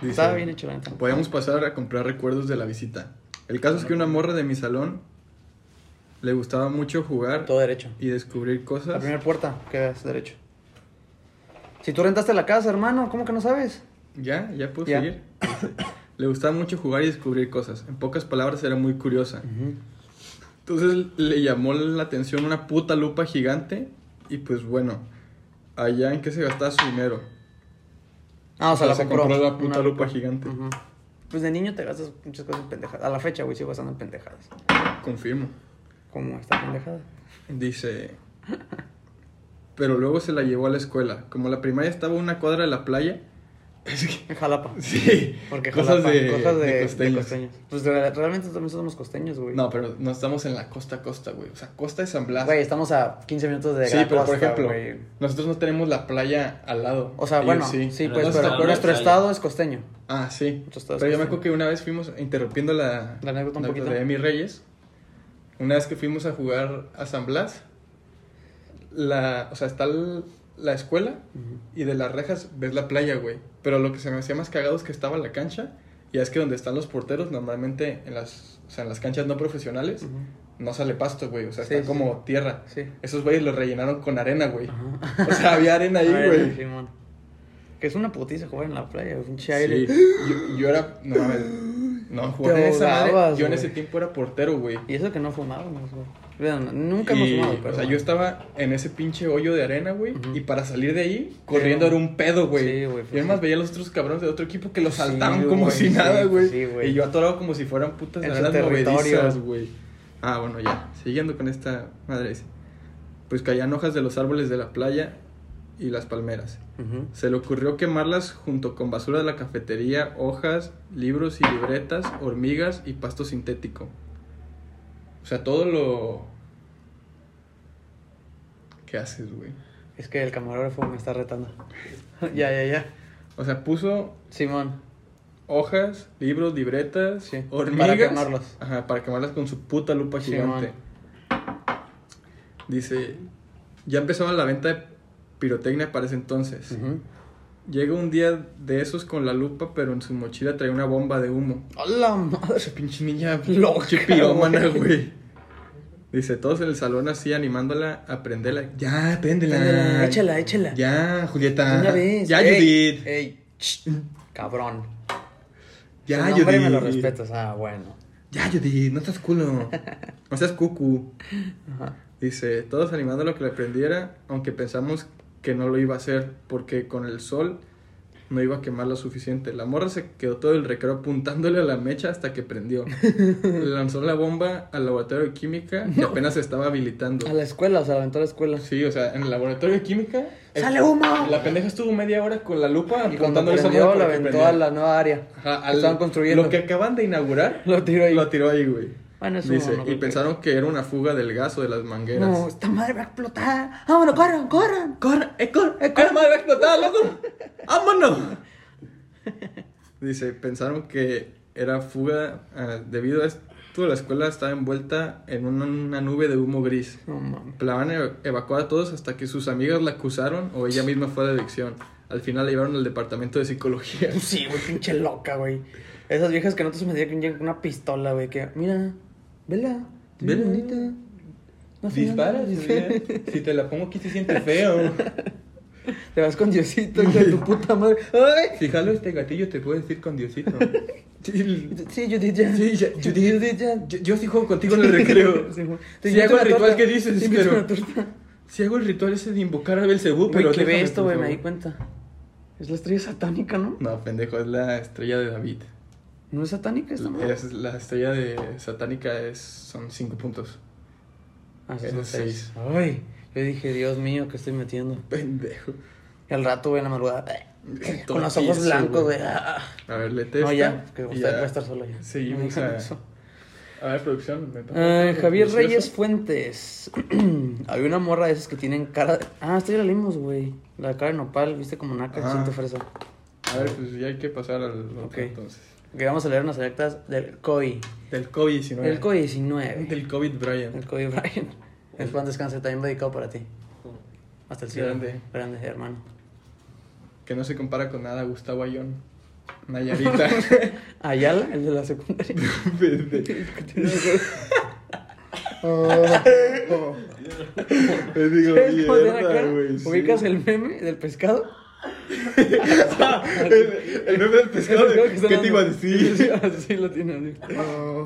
A: Dice,
B: Estaba bien hecho la neta.
A: Podíamos pasar a comprar recuerdos de la visita. El caso es que una morra de mi salón le gustaba mucho jugar
B: Todo derecho.
A: y descubrir
B: La
A: cosas.
B: primera puerta que veas, derecho. Si tú rentaste la casa, hermano, ¿cómo que no sabes?
A: ¿Ya? ¿Ya puedo
B: Ya.
A: seguir? Le gustaba mucho jugar y descubrir cosas. En pocas palabras, era muy curiosa. Entonces le llamó la atención una puta lupa gigante. Y pues bueno, allá en qué se gastaba su dinero.
B: Ah, o sea, la
A: se
B: compró.
A: compró la puta
B: Una-
A: lupa gigante.
B: Ujú. Pues de niño te gastas muchas cosas en pendejadas. A la fecha, güey, sigo gastando en pendejadas.
A: Confirmo.
B: ¿Cómo está pendejada?
A: Dice. Pero luego se la llevó a la escuela. Como la primaria estaba a una cuadra de la playa. Es que.
B: En Jalapa.
A: Sí.
B: Porque
A: cosas
B: Jalapa,
A: de,
B: cosas de,
A: de
B: de costeños.
A: costeños.
B: Pues re- realmente también somos costeños, güey.
A: No, pero no estamos en la costa a costa, güey. O sea, costa de San Blas.
B: Güey, estamos a 15 minutos de
A: Sí,
B: la
A: pero por
B: costa,
A: ejemplo,
B: güey.
A: nosotros no tenemos la playa al lado.
B: O sea,
A: Ellos
B: bueno, sí,
D: Pero
B: pues,
D: no
B: pero
D: está mal,
B: nuestro
D: o sea,
B: estado es costeño.
A: Ah, sí.
B: Entonces, todas
A: Pero yo me
B: cosas.
A: acuerdo que una vez fuimos, interrumpiendo la,
B: La anécdota un poquito.
A: de Emi Reyes, una vez que fuimos a jugar a San Blas, la, o sea, está el- la escuela y de las rejas ves la playa, güey. Pero lo que se me hacía más cagado es que estaba la cancha Y es que donde están los porteros, normalmente en las, o sea, en las canchas no profesionales,
B: Ujú.
A: no sale pasto, güey. O sea,
B: Sí,
A: está
B: sí.
A: como tierra.
B: Sí.
A: Esos güeyes los rellenaron con arena, güey.
B: Ajá.
A: O sea, había arena ahí,
B: Arena,
A: güey.
B: Simón. Que es una putiza jugar en la playa, güey, pinche
A: Sí,
B: aire.
A: yo, yo era. No mames. No, jugaba en esa madre.
B: ahogabas,
A: Yo en
B: güey.
A: ese tiempo era portero, güey.
B: Y eso que no fumábamos, güey. Bueno, nunca hemos
A: Y,
B: fumado, pero.
A: O sea, yo estaba en ese pinche hoyo de arena, güey.
B: Ujú.
A: Y para salir de ahí, corriendo era un pedo, güey.
B: Sí, güey, pues
A: yo además
B: sí.
A: veía a los otros cabrones de otro equipo que los
B: Sí,
A: saltaban como
B: güey,
A: si
B: sí,
A: nada, güey.
B: sí, güey.
A: y yo atorado como si fueran putas
B: En su
A: arenas
B: territorio.
A: movedizas, güey. Ah, bueno, ya. Siguiendo con esta madre. dice, Pues caían hojas de los árboles de la playa y las palmeras.
B: Ujú.
A: Se le ocurrió quemarlas junto con basura de la cafetería, hojas, libros y libretas, hormigas y pasto sintético. O sea, todo lo... ¿Qué haces, güey?
B: Es que el camarógrafo me está retando. ya, ya, ya.
A: O sea, puso
B: Simón.
A: hojas, libros, libretas,
B: Sí, para
A: hormigas.
B: quemarlas.
A: Ajá, para quemarlas con su puta lupa
B: Sí,
A: gigante.
B: man.
A: Dice, ya empezaba la venta de pirotecnia para ese entonces.
B: Ujú.
A: Llega un día de esos con la lupa, pero en su mochila traía una bomba de humo.
B: ¡Hola, madre!
A: Esa pinche niña
B: Loca,
A: pinche pirómana, güey. Dice, todos en el salón así animándola a prenderla. Ya, préndela.
B: Préndela, échala, échala.
A: Ya, Julieta.
B: Una vez.
A: Ya,
B: Ey, eh,
A: Judith.
B: ey, ch, cabrón.
A: Ya,
B: Su
A: Judith.
B: nombre me lo respetas. Ah, bueno.
A: Ya, Judith, no estás culo. No seas cucu.
B: Ajá.
A: Dice, todos animándola a que la prendiera, aunque pensamos que no lo iba a hacer, porque con el sol no iba a quemar lo suficiente. La morra se quedó todo el recreo apuntándole a la mecha hasta que prendió. Lanzó la bomba al laboratorio de química y apenas se estaba habilitando.
B: A la escuela, o sea, aventó a la escuela.
A: Sí, o sea, en el laboratorio de química. el-
B: ¡Sale humo!
A: La pendeja estuvo media hora con la lupa
B: Y cuando
A: apuntándole esa
B: prendió,
A: madre
B: la
A: para que
B: aventó Ah, a
A: prendiera.
B: la nueva área.
A: Ajá,
B: que
A: al-
B: estaban construyendo.
A: Lo que acaban de inaugurar,
B: Lo tiró ahí.
A: lo tiró ahí, güey.
B: Bueno, es humo,
A: Dice,
B: no
A: y
B: creo que-
A: pensaron que era una fuga del gas o de las mangueras.
B: No, esta madre va a explotar. Vámonos, corran, corran.
A: ¡Corre! ¡Eh, corre! ¡Eh, corre! madre va a explotar, loco! ¡Vámonos! Dice, pensaron que era fuga. ah, debido a esto, la escuela estaba envuelta en una, una nube de humo gris.
B: No mames.
A: Planeaban eva- evacuar a todos hasta que sus amigas la acusaron o ella misma fue a la dirección. Al final la llevaron al departamento de psicología.
B: Pues sí, güey, pinche loca, güey. Esas viejas que no te sometían que llegan con una pistola, güey, que, mira, vela, tú bien
A: Vela.
B: bonita. No hace nada, dice.
A: Si te la pongo aquí se siente feo.
B: Te vas con Diosito, hijo de tu puta madre. ¡Ay!
A: Si jalo este gatillo te puedo decir con Diosito.
B: Sí, Judith, ya.
A: Sí, ya, Judith.
B: Judith, ya.
A: Yo, yo sí juego contigo en el recreo.
B: Sí, güey.
A: Sí,
B: invito
A: hago el
B: una
A: ritual
B: torta.
A: que dices,
B: Te invito
A: pero-
B: una torta.
A: Si hago el ritual ese de invocar a Belcebú,
B: Güey,
A: pero.
B: que ve
A: déjame,
B: esto,
A: por
B: güey, me di
A: favor.
B: cuenta. Es la estrella satánica, ¿no?
A: No, pendejo, es la estrella de David.
B: ¿No es satánica esta madre?
A: Es, la estrella de satánica es, son cinco puntos.
B: Ah, sí,
A: es
B: son
A: el
B: seis. Ay, yo dije, Dios mío, ¿qué estoy metiendo?
A: Pendejo.
B: Y al rato, güey, en la madrugada,
A: Todo
B: con los ojos
A: tieso,
B: blancos,
A: güey.
B: güey. ah.
A: A ver, lete
B: No,
A: esta,
B: ya, que
A: y
B: usted
A: ya.
B: va a estar solo ya.
A: Sí,
B: No
A: o sea,
B: digan eso.
A: A ver, producción. me
B: Ah,
A: toca.
B: Javier
A: Delicioso.
B: Reyes Fuentes. Había una morra de esas que tienen cara. de- Ah, esta ya la leímos, güey. La cara de nopal, viste como naca,
A: Ah.
B: siento fresa.
A: A ver, pues ya hay que pasar al otro
B: Ok.
A: entonces.
B: Que vamos a leer unas selectas del COI.
A: Del COVID-19.
B: El COI-19.
A: Del COVID, Brian.
B: El COI Brian. El Juan Descanse también dedicado para ti. Hasta el cielo.
A: Grande.
B: Grande, hermano.
A: Que no se compara con nada, Gustavo Ayón. Nayarita.
B: Ayala, el de la secundaria.
A: Pendejo. Oh, Me digo,
B: ¿Sabes cómo tiene la
A: mierda,
B: cara?
A: güey, sí.
B: ¿Ubicas el meme del pescado?
A: el, el meme del pescado.
B: El pescado que está
A: ¿Qué te iba a
B: dando-
A: decir?
B: Así lo tiene. así.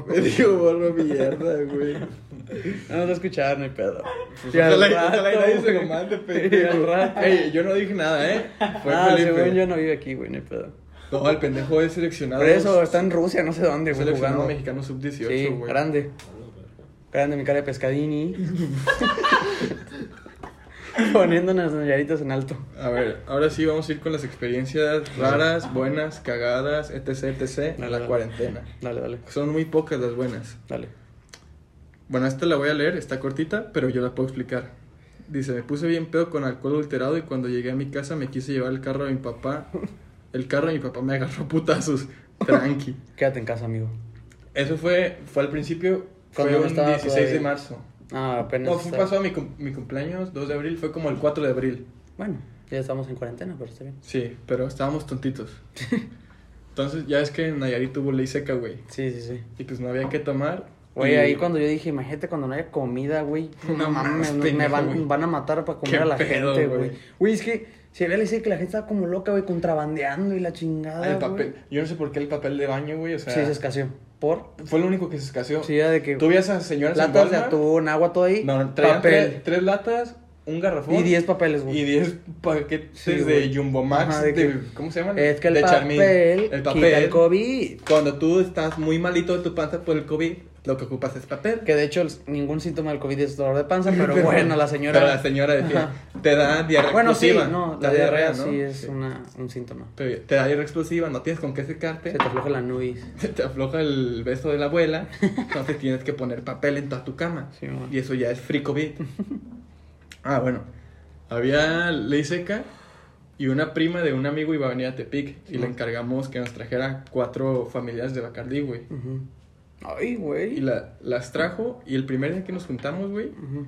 A: Me digo, borro mierda, güey.
B: No nos va a escuchar, no hay pedo.
A: Pues
B: Y al
A: ojalá,
B: rato,
A: ojalá y nadie se
B: güey.
A: lo mande,
B: Y al
A: pendejo.
B: rato.
A: Ey, yo no dije nada, ¿eh? Fue
B: ah, según
A: Felipe.
B: yo no vive aquí, güey, no hay pedo.
A: No, el pendejo es seleccionado.
B: Por eso está en Rusia, no sé dónde, güey,
A: Seleccionado
B: jugando.
A: mexicano sub-18,
B: sí,
A: güey.
B: grande. Grande mi cara de pescadini. Poniendo unas nayaritas en alto.
A: A ver, ahora sí vamos a ir con las experiencias raras, buenas, cagadas, etc, etc, a la cuarentena.
B: Dale, dale,
A: Son muy pocas las buenas.
B: dale.
A: Bueno, esta la voy a leer, está cortita, pero yo la puedo explicar. Dice, me puse bien pedo con alcohol adulterado y cuando llegué a mi casa me quise llevar el carro de mi papá. El carro de mi papá me agarró a putazos. Tranqui.
B: Quédate en casa, amigo.
A: Eso fue, fue al principio, fue
B: Cuando no
A: un
B: estaba
A: 16 de
B: todavía.
A: marzo.
B: Ah, apenas.
A: No, fue
B: está-
A: pasó a mi, cum- mi cumpleaños, 2 de abril, fue como el 4 de abril.
B: Bueno, ya estamos en cuarentena, pero está bien.
A: Sí, pero estábamos tontitos. Entonces, ya es que en Nayarit tuvo ley seca, güey.
B: Sí, sí, sí.
A: Y pues no había que tomar.
B: Güey,
A: y-
B: ahí cuando yo dije, imagínate cuando no haya comida, güey.
C: No
B: No
C: mames,
B: mames, me,
C: pendejo, güey.
B: van, van a matar para comer
A: Qué
B: a la
A: pedo,
B: gente,
A: güey.
B: güey. Güey, es que se había dice que la gente estaba como loca, güey, contrabandeando y la chingada.
A: El
B: güey.
A: papel. Yo no sé por qué el papel de baño, güey. O sea,
B: Sí, se escaseó. ¿Por?
A: fue lo único que se escaseó.
B: Sí, ya de que.
A: Tú veías a esas señoras en
B: Latas de
A: Walmart,
B: atún, agua, todo ahí.
A: No, no, traían
B: papel.
A: tres, tres latas, un garrafón.
B: Y 10 papeles, güey.
A: Y 10 paquetes
B: Sí,
A: de
B: güey.
A: Jumbo Max.
B: Ajá, de
A: de-
B: que-
A: ¿Cómo se llaman?
B: Es que el
A: de
B: papel,
A: Charmin. El
B: quita el
A: papel.
B: COVID.
C: Cuando tú estás muy malito de tu panza por el COVID, lo que ocupas es papel.
B: Que de hecho el- ningún síntoma del COVID es dolor de panza, pero bueno, la señora...
C: Pero la señora decía, te da diarrea
B: bueno, sí,
C: explosiva.
B: no,
C: Te
B: la
C: da
B: diarrea
C: ¿no?
B: sí es una- un síntoma.
C: Pero te da diarrea explosiva, no tienes con qué secarte.
B: Se te afloja la nubis.
C: Se te afloja el beso de la abuela, entonces tienes que poner papel en toda tu cama.
B: Sí, mamá.
C: y eso ya es free COVID.
A: Ah, bueno. Había ley seca y una prima de un amigo iba a venir a Tepic. Y le encargamos que nos trajera cuatro familias de Bacardí, güey.
B: Ujú. Ay,
A: Y
B: güey.
A: la- las trajo. Y el primer día que nos juntamos, güey,
B: Ujú.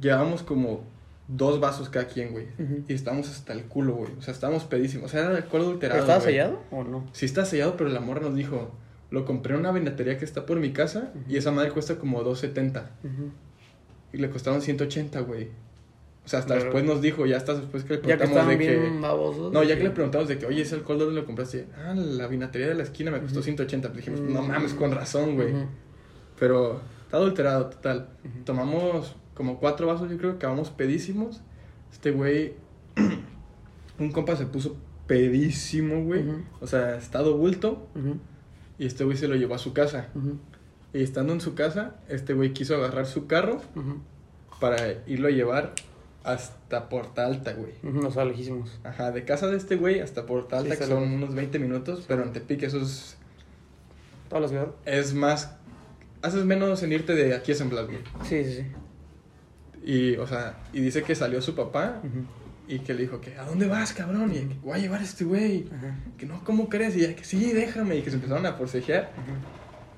A: llevábamos como dos vasos cada quien, güey.
B: Ujú.
A: Y estábamos hasta el culo, güey. O sea, estábamos pedísimos. O sea, era alcohol
B: ¿Pero
A: adulterado.
B: estaba
A: güey.
B: sellado o no?
A: Sí está sellado, pero la morra nos dijo, lo compré en una vinatería que está por mi casa y esa madre cuesta como 270
B: Ujú.
A: y le costaron 180, güey. O sea, hasta
B: Pero-
A: después nos dijo, ya hasta después que le
B: Ya que
A: preguntamos
B: estaban
A: de
B: bien
A: que
B: babosos.
A: no, ya que le
B: pregunté.
A: preguntamos de que, "Oye, ese alcohol dónde lo compraste?" Ah, la vinatería de la esquina me costó
B: Ujú.
A: 180. Pues dijimos, "No
B: Mm.
A: mames, con razón, güey." Pero está adulterado total. Tomamos como cuatro vasos, yo creo que acabamos pedísimos. Este güey un compa se puso pedísimo, güey.
B: Ujú.
A: O sea, estado bulto. Y este güey se lo llevó a su casa. Y estando en su casa, este güey quiso agarrar su carro para irlo a llevar hasta Porta Alta, güey.
B: O sea, lejísimos.
A: Ajá, de casa de este güey hasta Porta Alta,
B: Sí,
A: que
B: está
A: son unos 20 minutos, pero en Tepic eso es,
B: ¿Toda la ciudad?
A: es más... Haces menos en irte de aquí a San Blas, güey.
B: Sí, sí, sí.
A: Y, o sea, y dice que salió su papá
B: Ujú.
A: y que le dijo que, ¿a dónde vas, cabrón? Y voy a llevar a este güey.
B: Ajá.
A: que no, ¿cómo crees? Y ya que sí, déjame. Y que se empezaron a forcejear.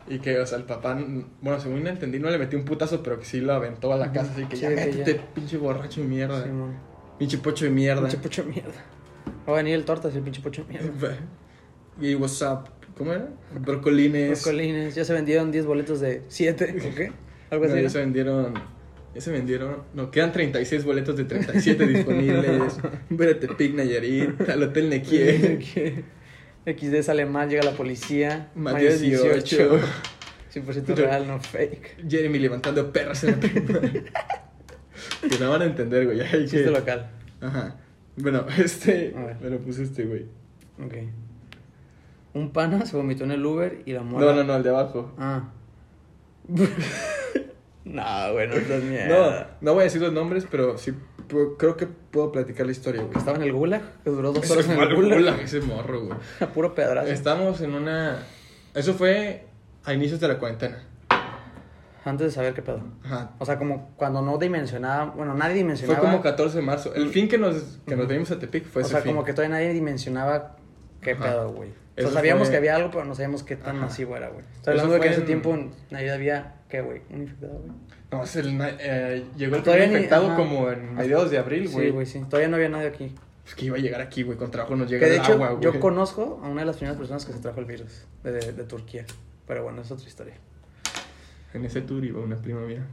A: Y que, o sea, el papá, n- bueno, según entendí, no le metió un putazo, pero que sí lo aventó a la
B: Ujú.
A: casa. Así que
B: Sí,
A: ya
B: de que
A: métete,
B: ya.
A: pinche borracho de mierda.
B: Simón.
A: pinche pocho de mierda.
B: Pinche pocho de mierda. Va a venir el tortas, el pinche pocho de mierda.
A: y WhatsApp, ¿cómo era? Brocolines.
B: Colines, ya se vendieron 10 boletos de 7, ¿o qué? Algo
A: No,
B: así.
A: ya
B: ¿no?
A: se vendieron. Ya se vendieron. No, quedan 36 boletos de 37 disponibles. Vérete, Pig Nayarit, al Hotel Nequier.
B: Que XD sale mal, llega la policía.
A: Más
B: mayor de
A: 18.
B: 100% real, no fake.
A: Jeremy levantando perros en la primaria. que no van a entender, güey. Ay,
B: Chiste
A: que-
B: local.
A: Ajá. Bueno, este.
B: A ver.
A: Me lo puse este, güey.
B: Ok. Un pana se vomitó en el Uber y la muerte.
A: No, no, no, el de abajo.
B: Ah. no, güey, no estás
A: No,
B: mierda.
A: no voy a decir los nombres, pero sí pu- creo que puedo platicar la historia, güey.
B: Estaba en el Gulag, que duró dos
A: Ese
B: horas en el
A: mal- Este-
B: Gulag.
A: ese morro, güey.
B: A puro pedrazo.
A: Estamos en una. Eso fue a inicios de la cuarentena.
B: Antes de saber qué pedo.
A: Ajá.
B: O sea, como cuando no dimensionaba, bueno, nadie
A: Fue
B: dimensionaba.
A: como 14 de marzo. El fin que nos, que nos venimos a Tepic fue
B: Mm. o
A: ese
B: sea,
A: fin.
B: como que todavía nadie dimensionaba qué
A: Ajá.
B: pedo, güey. O sea,
A: Eso
B: sabíamos
A: fue-
B: que había algo, pero no sabíamos qué tan
A: Ajá.
B: masivo era, güey. Estoy
A: Eso
B: hablando de que
A: fue
B: en ese
A: en-
B: tiempo en Navidad había, ¿qué, güey? Un infectado, güey.
A: No, es el, na- eh, llegó el
B: Todavía
A: primer
B: ni-
A: infectado
B: ajá.
A: como en mediados de abril, güey.
B: Sí, güey, sí. Todavía no había nadie aquí.
A: Es que iba a llegar aquí, güey. Con trabajo nos
B: que
A: llega
B: de
A: el
B: hecho,
A: agua, güey.
B: yo conozco a una de las primeras personas que se trajo el virus de, de- de Turquía. Pero bueno, es otra historia.
A: En ese tour iba una prima mía.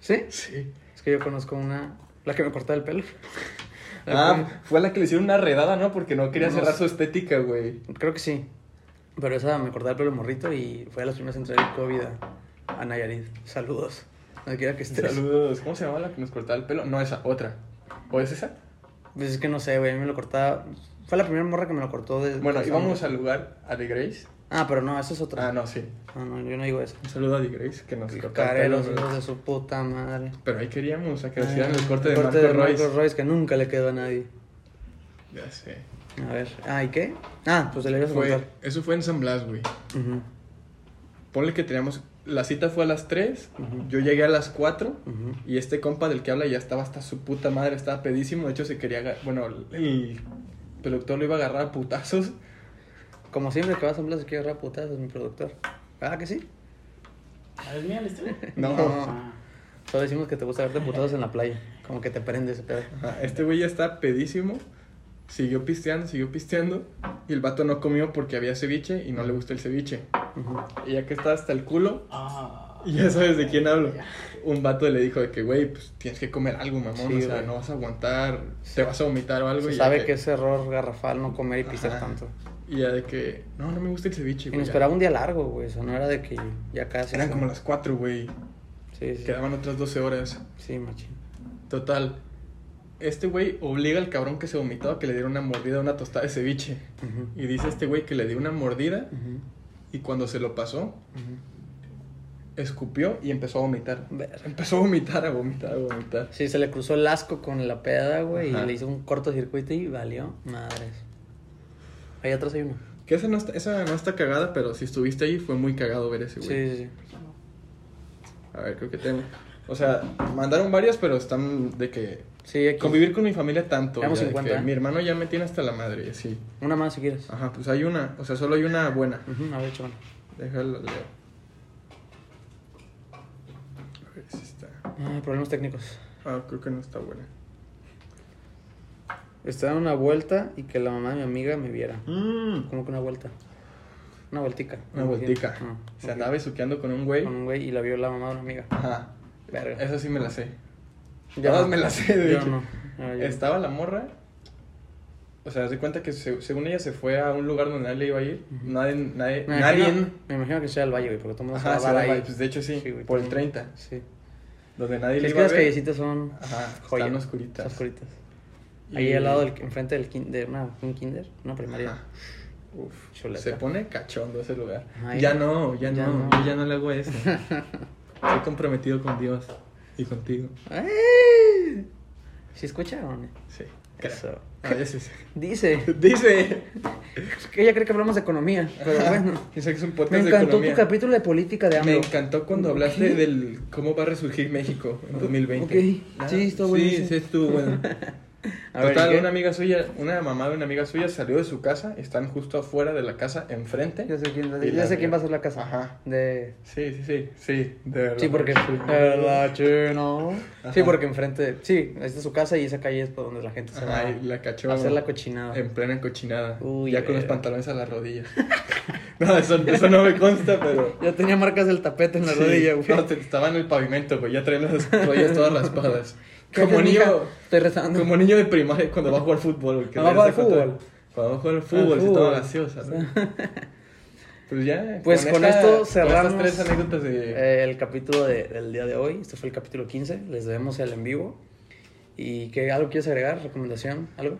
B: ¿Sí?
A: Sí.
B: Es que yo conozco una. La que me cortaba el pelo.
A: Ah, fue a la que le hicieron una redada, ¿no? Porque no quería
B: No
A: cerrar
B: sé.
A: su estética, güey.
B: Creo que sí. Pero esa me cortaba el pelo morrito y fue de las primeras en traer el COVID a, a Nayarit. Saludos. Donde quiera que estés.
A: Saludos. ¿Cómo se llamaba la que nos cortaba el pelo? No, esa, otra. ¿O es esa?
B: Pues es que no sé, güey, a mí me lo cortaba. Fue la primera morra que me lo cortó de.
A: Bueno,
B: de-
A: íbamos al lugar a The Grace.
B: Ah, pero no, eso es otra.
A: Ah, no, sí.
B: No, no, yo no digo eso.
A: Un saludo a The Grace que nos cortaba el
B: Careros,
A: pelo.
B: hijos
A: güey.
B: de su puta madre.
A: Pero ahí queríamos, a que nos
B: Ah,
A: hicieran el corte de Marco Royce.
B: que nunca le quedó a nadie.
A: Ya sé.
B: A ver, ah, ¿y qué? Ah, pues le ibas a
A: Fue,
B: contar.
A: eso fue en San Blas, güey.
B: Ujú,
A: Ponle que teníamos. La cita fue a las 3.
B: Ujú.
A: Yo llegué a las 4.
B: ujú.
A: Y este compa del que habla ya estaba hasta su puta madre, estaba pedísimo. De hecho, se quería. aga- Bueno, el productor lo iba a agarrar a putazos.
B: Como siempre que vas a un plazo, quiero agarrar putazos, mi productor. Ah, que sí.
D: ¿Ah, ¿Es mía la historia?
A: No.
D: Ah.
B: Solo decimos que te gusta verte putazos en la playa. Como que te prende ese pedo.
A: Ajá, Este güey ya está pedísimo. Siguió pisteando, siguió pisteando. Y el vato no comió porque había ceviche y no le gusta el ceviche. Y ya que está hasta el culo,
D: Ah.
A: y ya sabes de quién hablo. Un vato le dijo de que, güey, pues tienes que comer algo, mamón.
B: Sí,
A: o sea,
B: güey.
A: no vas a aguantar, te vas a vomitar o algo.
B: Se
A: y ya
B: sabe que es error garrafal no comer y pistear
A: Ajá.
B: tanto.
A: Y ya de que, no, no me gusta el ceviche,
B: Y
A: güey.
B: nos
A: ya.
B: esperaba un día largo, güey. O sea, no era de que ya casi.
A: Eran como las 4, güey.
B: Sí, sí.
A: Quedaban otras 12 horas.
B: Sí, machín.
A: Total. Este güey obliga al cabrón que se vomitó a que le diera una mordida a una tostada de ceviche.
B: Ujú,
A: Y dice este güey que le dio una mordida
B: ujú,
A: y cuando se lo pasó,
B: ujú.
A: escupió y empezó a vomitar.
B: Verga.
A: Empezó a vomitar, a vomitar, a vomitar.
B: Sí, se le cruzó el asco con la peda, güey.
A: Ajá.
B: Y le hizo un cortocircuito y valió madres. Ahí atrás hay uno.
A: Que esa no está, esa no está cagada, pero si estuviste ahí fue muy cagado ver ese
B: Sí,
A: güey.
B: sí, sí.
A: A ver, creo que tengo. O sea, mandaron varias, pero están de que
B: Sí, aquí.
A: convivir con mi familia tanto.
B: Llevamos
A: ya de
B: 50,
A: que
B: ¿eh?
A: Mi hermano ya me tiene hasta la madre, y así.
B: Una más si quieres.
A: Ajá, pues hay una, o sea, solo hay una buena.
B: Ujú, a ver, chaval.
A: Déjala, leo. A ver si está.
B: Ah, problemas técnicos.
A: Ah, creo que no está buena.
B: Estaba dando una vuelta y que la mamá de mi amiga me viera. Como que una vuelta. Una vueltica.
A: Una vueltica.
B: Ah,
A: Se
B: ok.
A: andaba besuqueando con un güey.
B: Con un güey y la vio la mamá de una amiga.
A: Ajá.
B: Verga.
A: Esa sí me la sé.
B: Ya
A: Todas
B: no.
A: me las sé, de
B: Yo
A: hecho.
B: no. Ah, yo
A: Estaba la morra. O sea, haz de cuenta que se- según ella se fue a un lugar donde nadie le iba a ir.
B: Ujú.
A: Nadie. nadie,
B: Me
A: nadie
B: imagino, me imagino que sea el valle, güey, porque todo el mundo
A: Ajá,
B: se
A: se
B: va
A: va
B: a dar
A: al
B: ahí.
A: Valle, pues, de hecho, sí, por el 30.
B: Sí.
A: Donde nadie
B: Es
A: le
B: que
A: iba a
B: las
A: ver.
B: callecitas son
A: Ajá,
B: joyas.
A: están oscuritas.
B: Están oscuritas.
A: Y-
B: Ahí al lado, del, enfrente del kinder, una, un kinder, una primaria.
A: Ajá. Uf,
B: Chuleta.
A: se pone cachondo ese lugar.
B: Ay,
A: ya no, ya,
B: ya
A: no,
B: no.
A: yo ya no le hago eso. Estoy comprometido con Dios y contigo.
B: ¡Ay! ¿Sí escucharon?
A: Sí. creo. Ah,
B: Eso.
A: A veces.
B: Dice
A: Dice.
B: que ella cree que hablamos de economía, pero bueno.
A: Piensa que es un
B: Me
A: podcast de
B: encantó tu
A: economía.
B: capítulo de política de
A: Me
B: AMLO.
A: encantó cuando hablaste
B: ¿Qué?
A: del cómo va a resurgir México en 2020.
B: Ok, sí, está
A: Sí,
B: buenísimo.
A: sí, estuvo bueno.
B: A ver,
A: Total,
B: ¿qué?
A: una amiga suya, una mamá de una amiga suya salió de su casa, están justo afuera de la casa, enfrente.
B: Ya sé quién,
A: Y
B: ya
A: la-
B: sé quién va a ser la casa.
A: Ajá.
B: De...
A: Sí, sí, sí, sí, de verdad.
B: Sí, porque.
A: Ajá,
B: chino. Sí,
A: Ajá.
B: porque enfrente. Sí, esta es su casa y esa calle es por donde la gente se va
A: Ajá, y la cachó. Em.
B: a hacer la cochinada.
A: En plena cochinada.
B: Uy, eh.
A: ya con los
B: verga.
A: pantalones a las rodillas. no, eso, eso no me consta, pero.
B: Ya tenía marcas del tapete en la
A: Sí,
B: rodilla, güey.
A: no, te- estaba en el pavimento, güey. Ya traen las rodillas todas raspadas.
B: ¿Qué
A: Como
B: haces,
A: niño,
B: mija? Estoy rezando.
A: como niño de primaria cuando va a jugar fútbol. güey, que
B: Cuando va a jugar
A: regresa con
B: fútbol.
A: todo- Cuando va a jugar fútbol,
B: Al
A: sí, toda
B: fútbol.
A: gaseosa, ¿no? Pues ya.
B: Pues con
A: esta-
B: esto
A: con
B: cerramos,
A: estas tres anécdotas de.
B: Eh, el capítulo de- del día de hoy. Este fue el capítulo 15. Les debemos el en vivo. ¿Y qué, algo quieres agregar? ¿Recomendación? ¿Algo?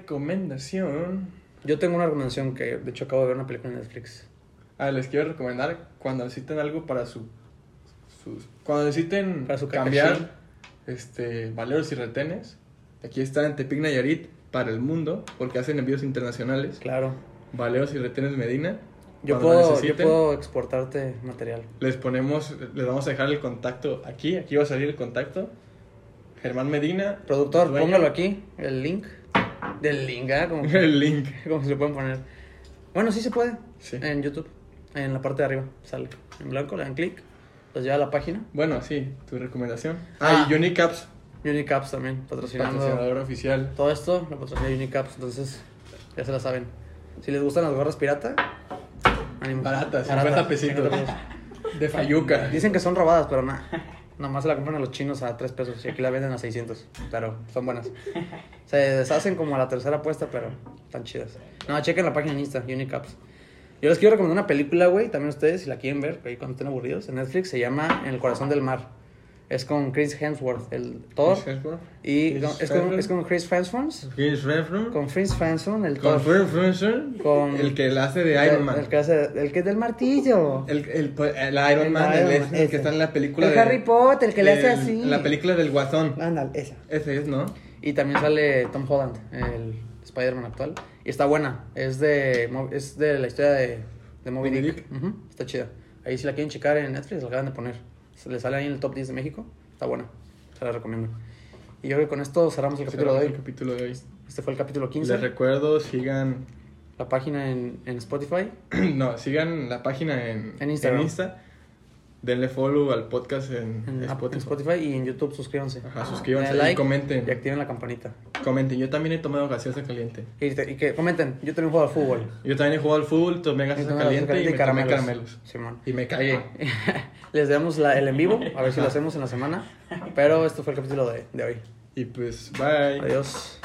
A: Recomendación.
B: Yo tengo una recomendación que, de hecho, acabo de ver una película en Netflix.
A: Ah, les quiero recomendar cuando necesiten algo para su. sus- cuando necesiten
B: Para su
A: cambiar este, valores y retenes, aquí están en Tepic Nayarit para el mundo, porque hacen envíos internacionales.
B: Claro.
A: Valores y retenes Medina. Cuando
B: Yo
A: lo
B: puedo, yo
A: necesiten,
B: puedo exportarte material.
A: Les ponemos, les vamos a dejar el contacto aquí. Aquí va a salir el contacto. Germán Medina.
B: Productor,
A: dueño.
B: póngalo aquí, el link. Del link, ¿ah? Como,
A: El link.
B: como se le pueden poner. Bueno, sí se puede.
A: Sí.
B: En YouTube, en la parte de arriba, sale. En blanco, le dan clic, los lleva a la página.
A: Bueno, sí, tu recomendación. Ah, y
B: Ah.
A: Unicaps,
B: Unicaps también, patrocinando.
A: patrocinador oficial.
B: Todo esto lo patrocina Unicaps, entonces ya se la saben. Si les gustan las gorras pirata, ánimo.
A: Baratas, 50 pesitos.
B: 50
A: De Fayuca.
B: Dicen que son robadas, pero nada. Nomás se la compran a los chinos a 3 pesos y aquí la venden a 600. Pero son buenas. Se deshacen como a la tercera apuesta, pero están chidas. No, chequen la página en Insta, Unicaps. Yo les quiero recomendar una película, güey, también ustedes, si la quieren ver, ahí cuando estén aburridos, en Netflix, se llama En el corazón del mar. Es con Chris Hemsworth, el Thor. Y
A: Chris
B: no, es, con,
A: Hemsworth.
B: es con Chris Hemsworth,
A: Chris Redford.
B: con Chris Hemsworth, el
A: Con
B: Thor.
A: Fred Flintstone,
B: Con-
A: el que la hace de Iron
B: El-
A: Man.
B: El que, hace- el que es del martillo.
A: El, el, pues, el Iron
B: El
A: Man, el,
B: Iron
A: es-
B: Man,
A: el
B: ese.
A: que está en la película
B: El Harry Potter, el que le hace
A: del-
B: así. Ah.
A: La película del Guasón.
B: Ándale, esa.
A: Ese es, ¿no?
B: Y también sale Tom Holland, el Spider-Man actual. Y está buena. Es de, Mo- es de la historia de, de Moby
A: Moby
B: Dick.
A: Dick.
B: Ujú, Está chida. Ahí si la quieren checar en Netflix, la acaban de poner. Se le sale ahí en el top 10 de México. Está buena. Se la recomiendo. Y yo creo que con esto cerramos el capítulo
A: Cerramos
B: de
A: el
B: hoy.
A: capítulo de hoy.
B: Este fue el capítulo 15.
A: Les recuerdo, sigan.
B: La página en, en Spotify.
A: No, sigan la página en,
B: En Instagram.
A: Insta. Denle follow al podcast en,
B: En Spotify.
A: Spotify.
B: Spotify y en YouTube, suscríbanse.
A: Ajá, suscríbanse y
B: Denle like
A: comenten.
B: Y activen la campanita.
A: Comenten, yo también he tomado gaseosa caliente.
B: Y, te- y que comenten, yo también juego al fútbol.
A: Yo también he jugado al fútbol, tomé gaseosa
B: Entonces,
A: caliente y, me tomé
B: caramelos.
A: caramelos.
B: Simón.
A: Y me cagué.
B: Les damos la- el en vivo, a ver si lo hacemos en la semana. Pero esto fue el capítulo de, de hoy.
A: Y pues, bye.
B: Adiós.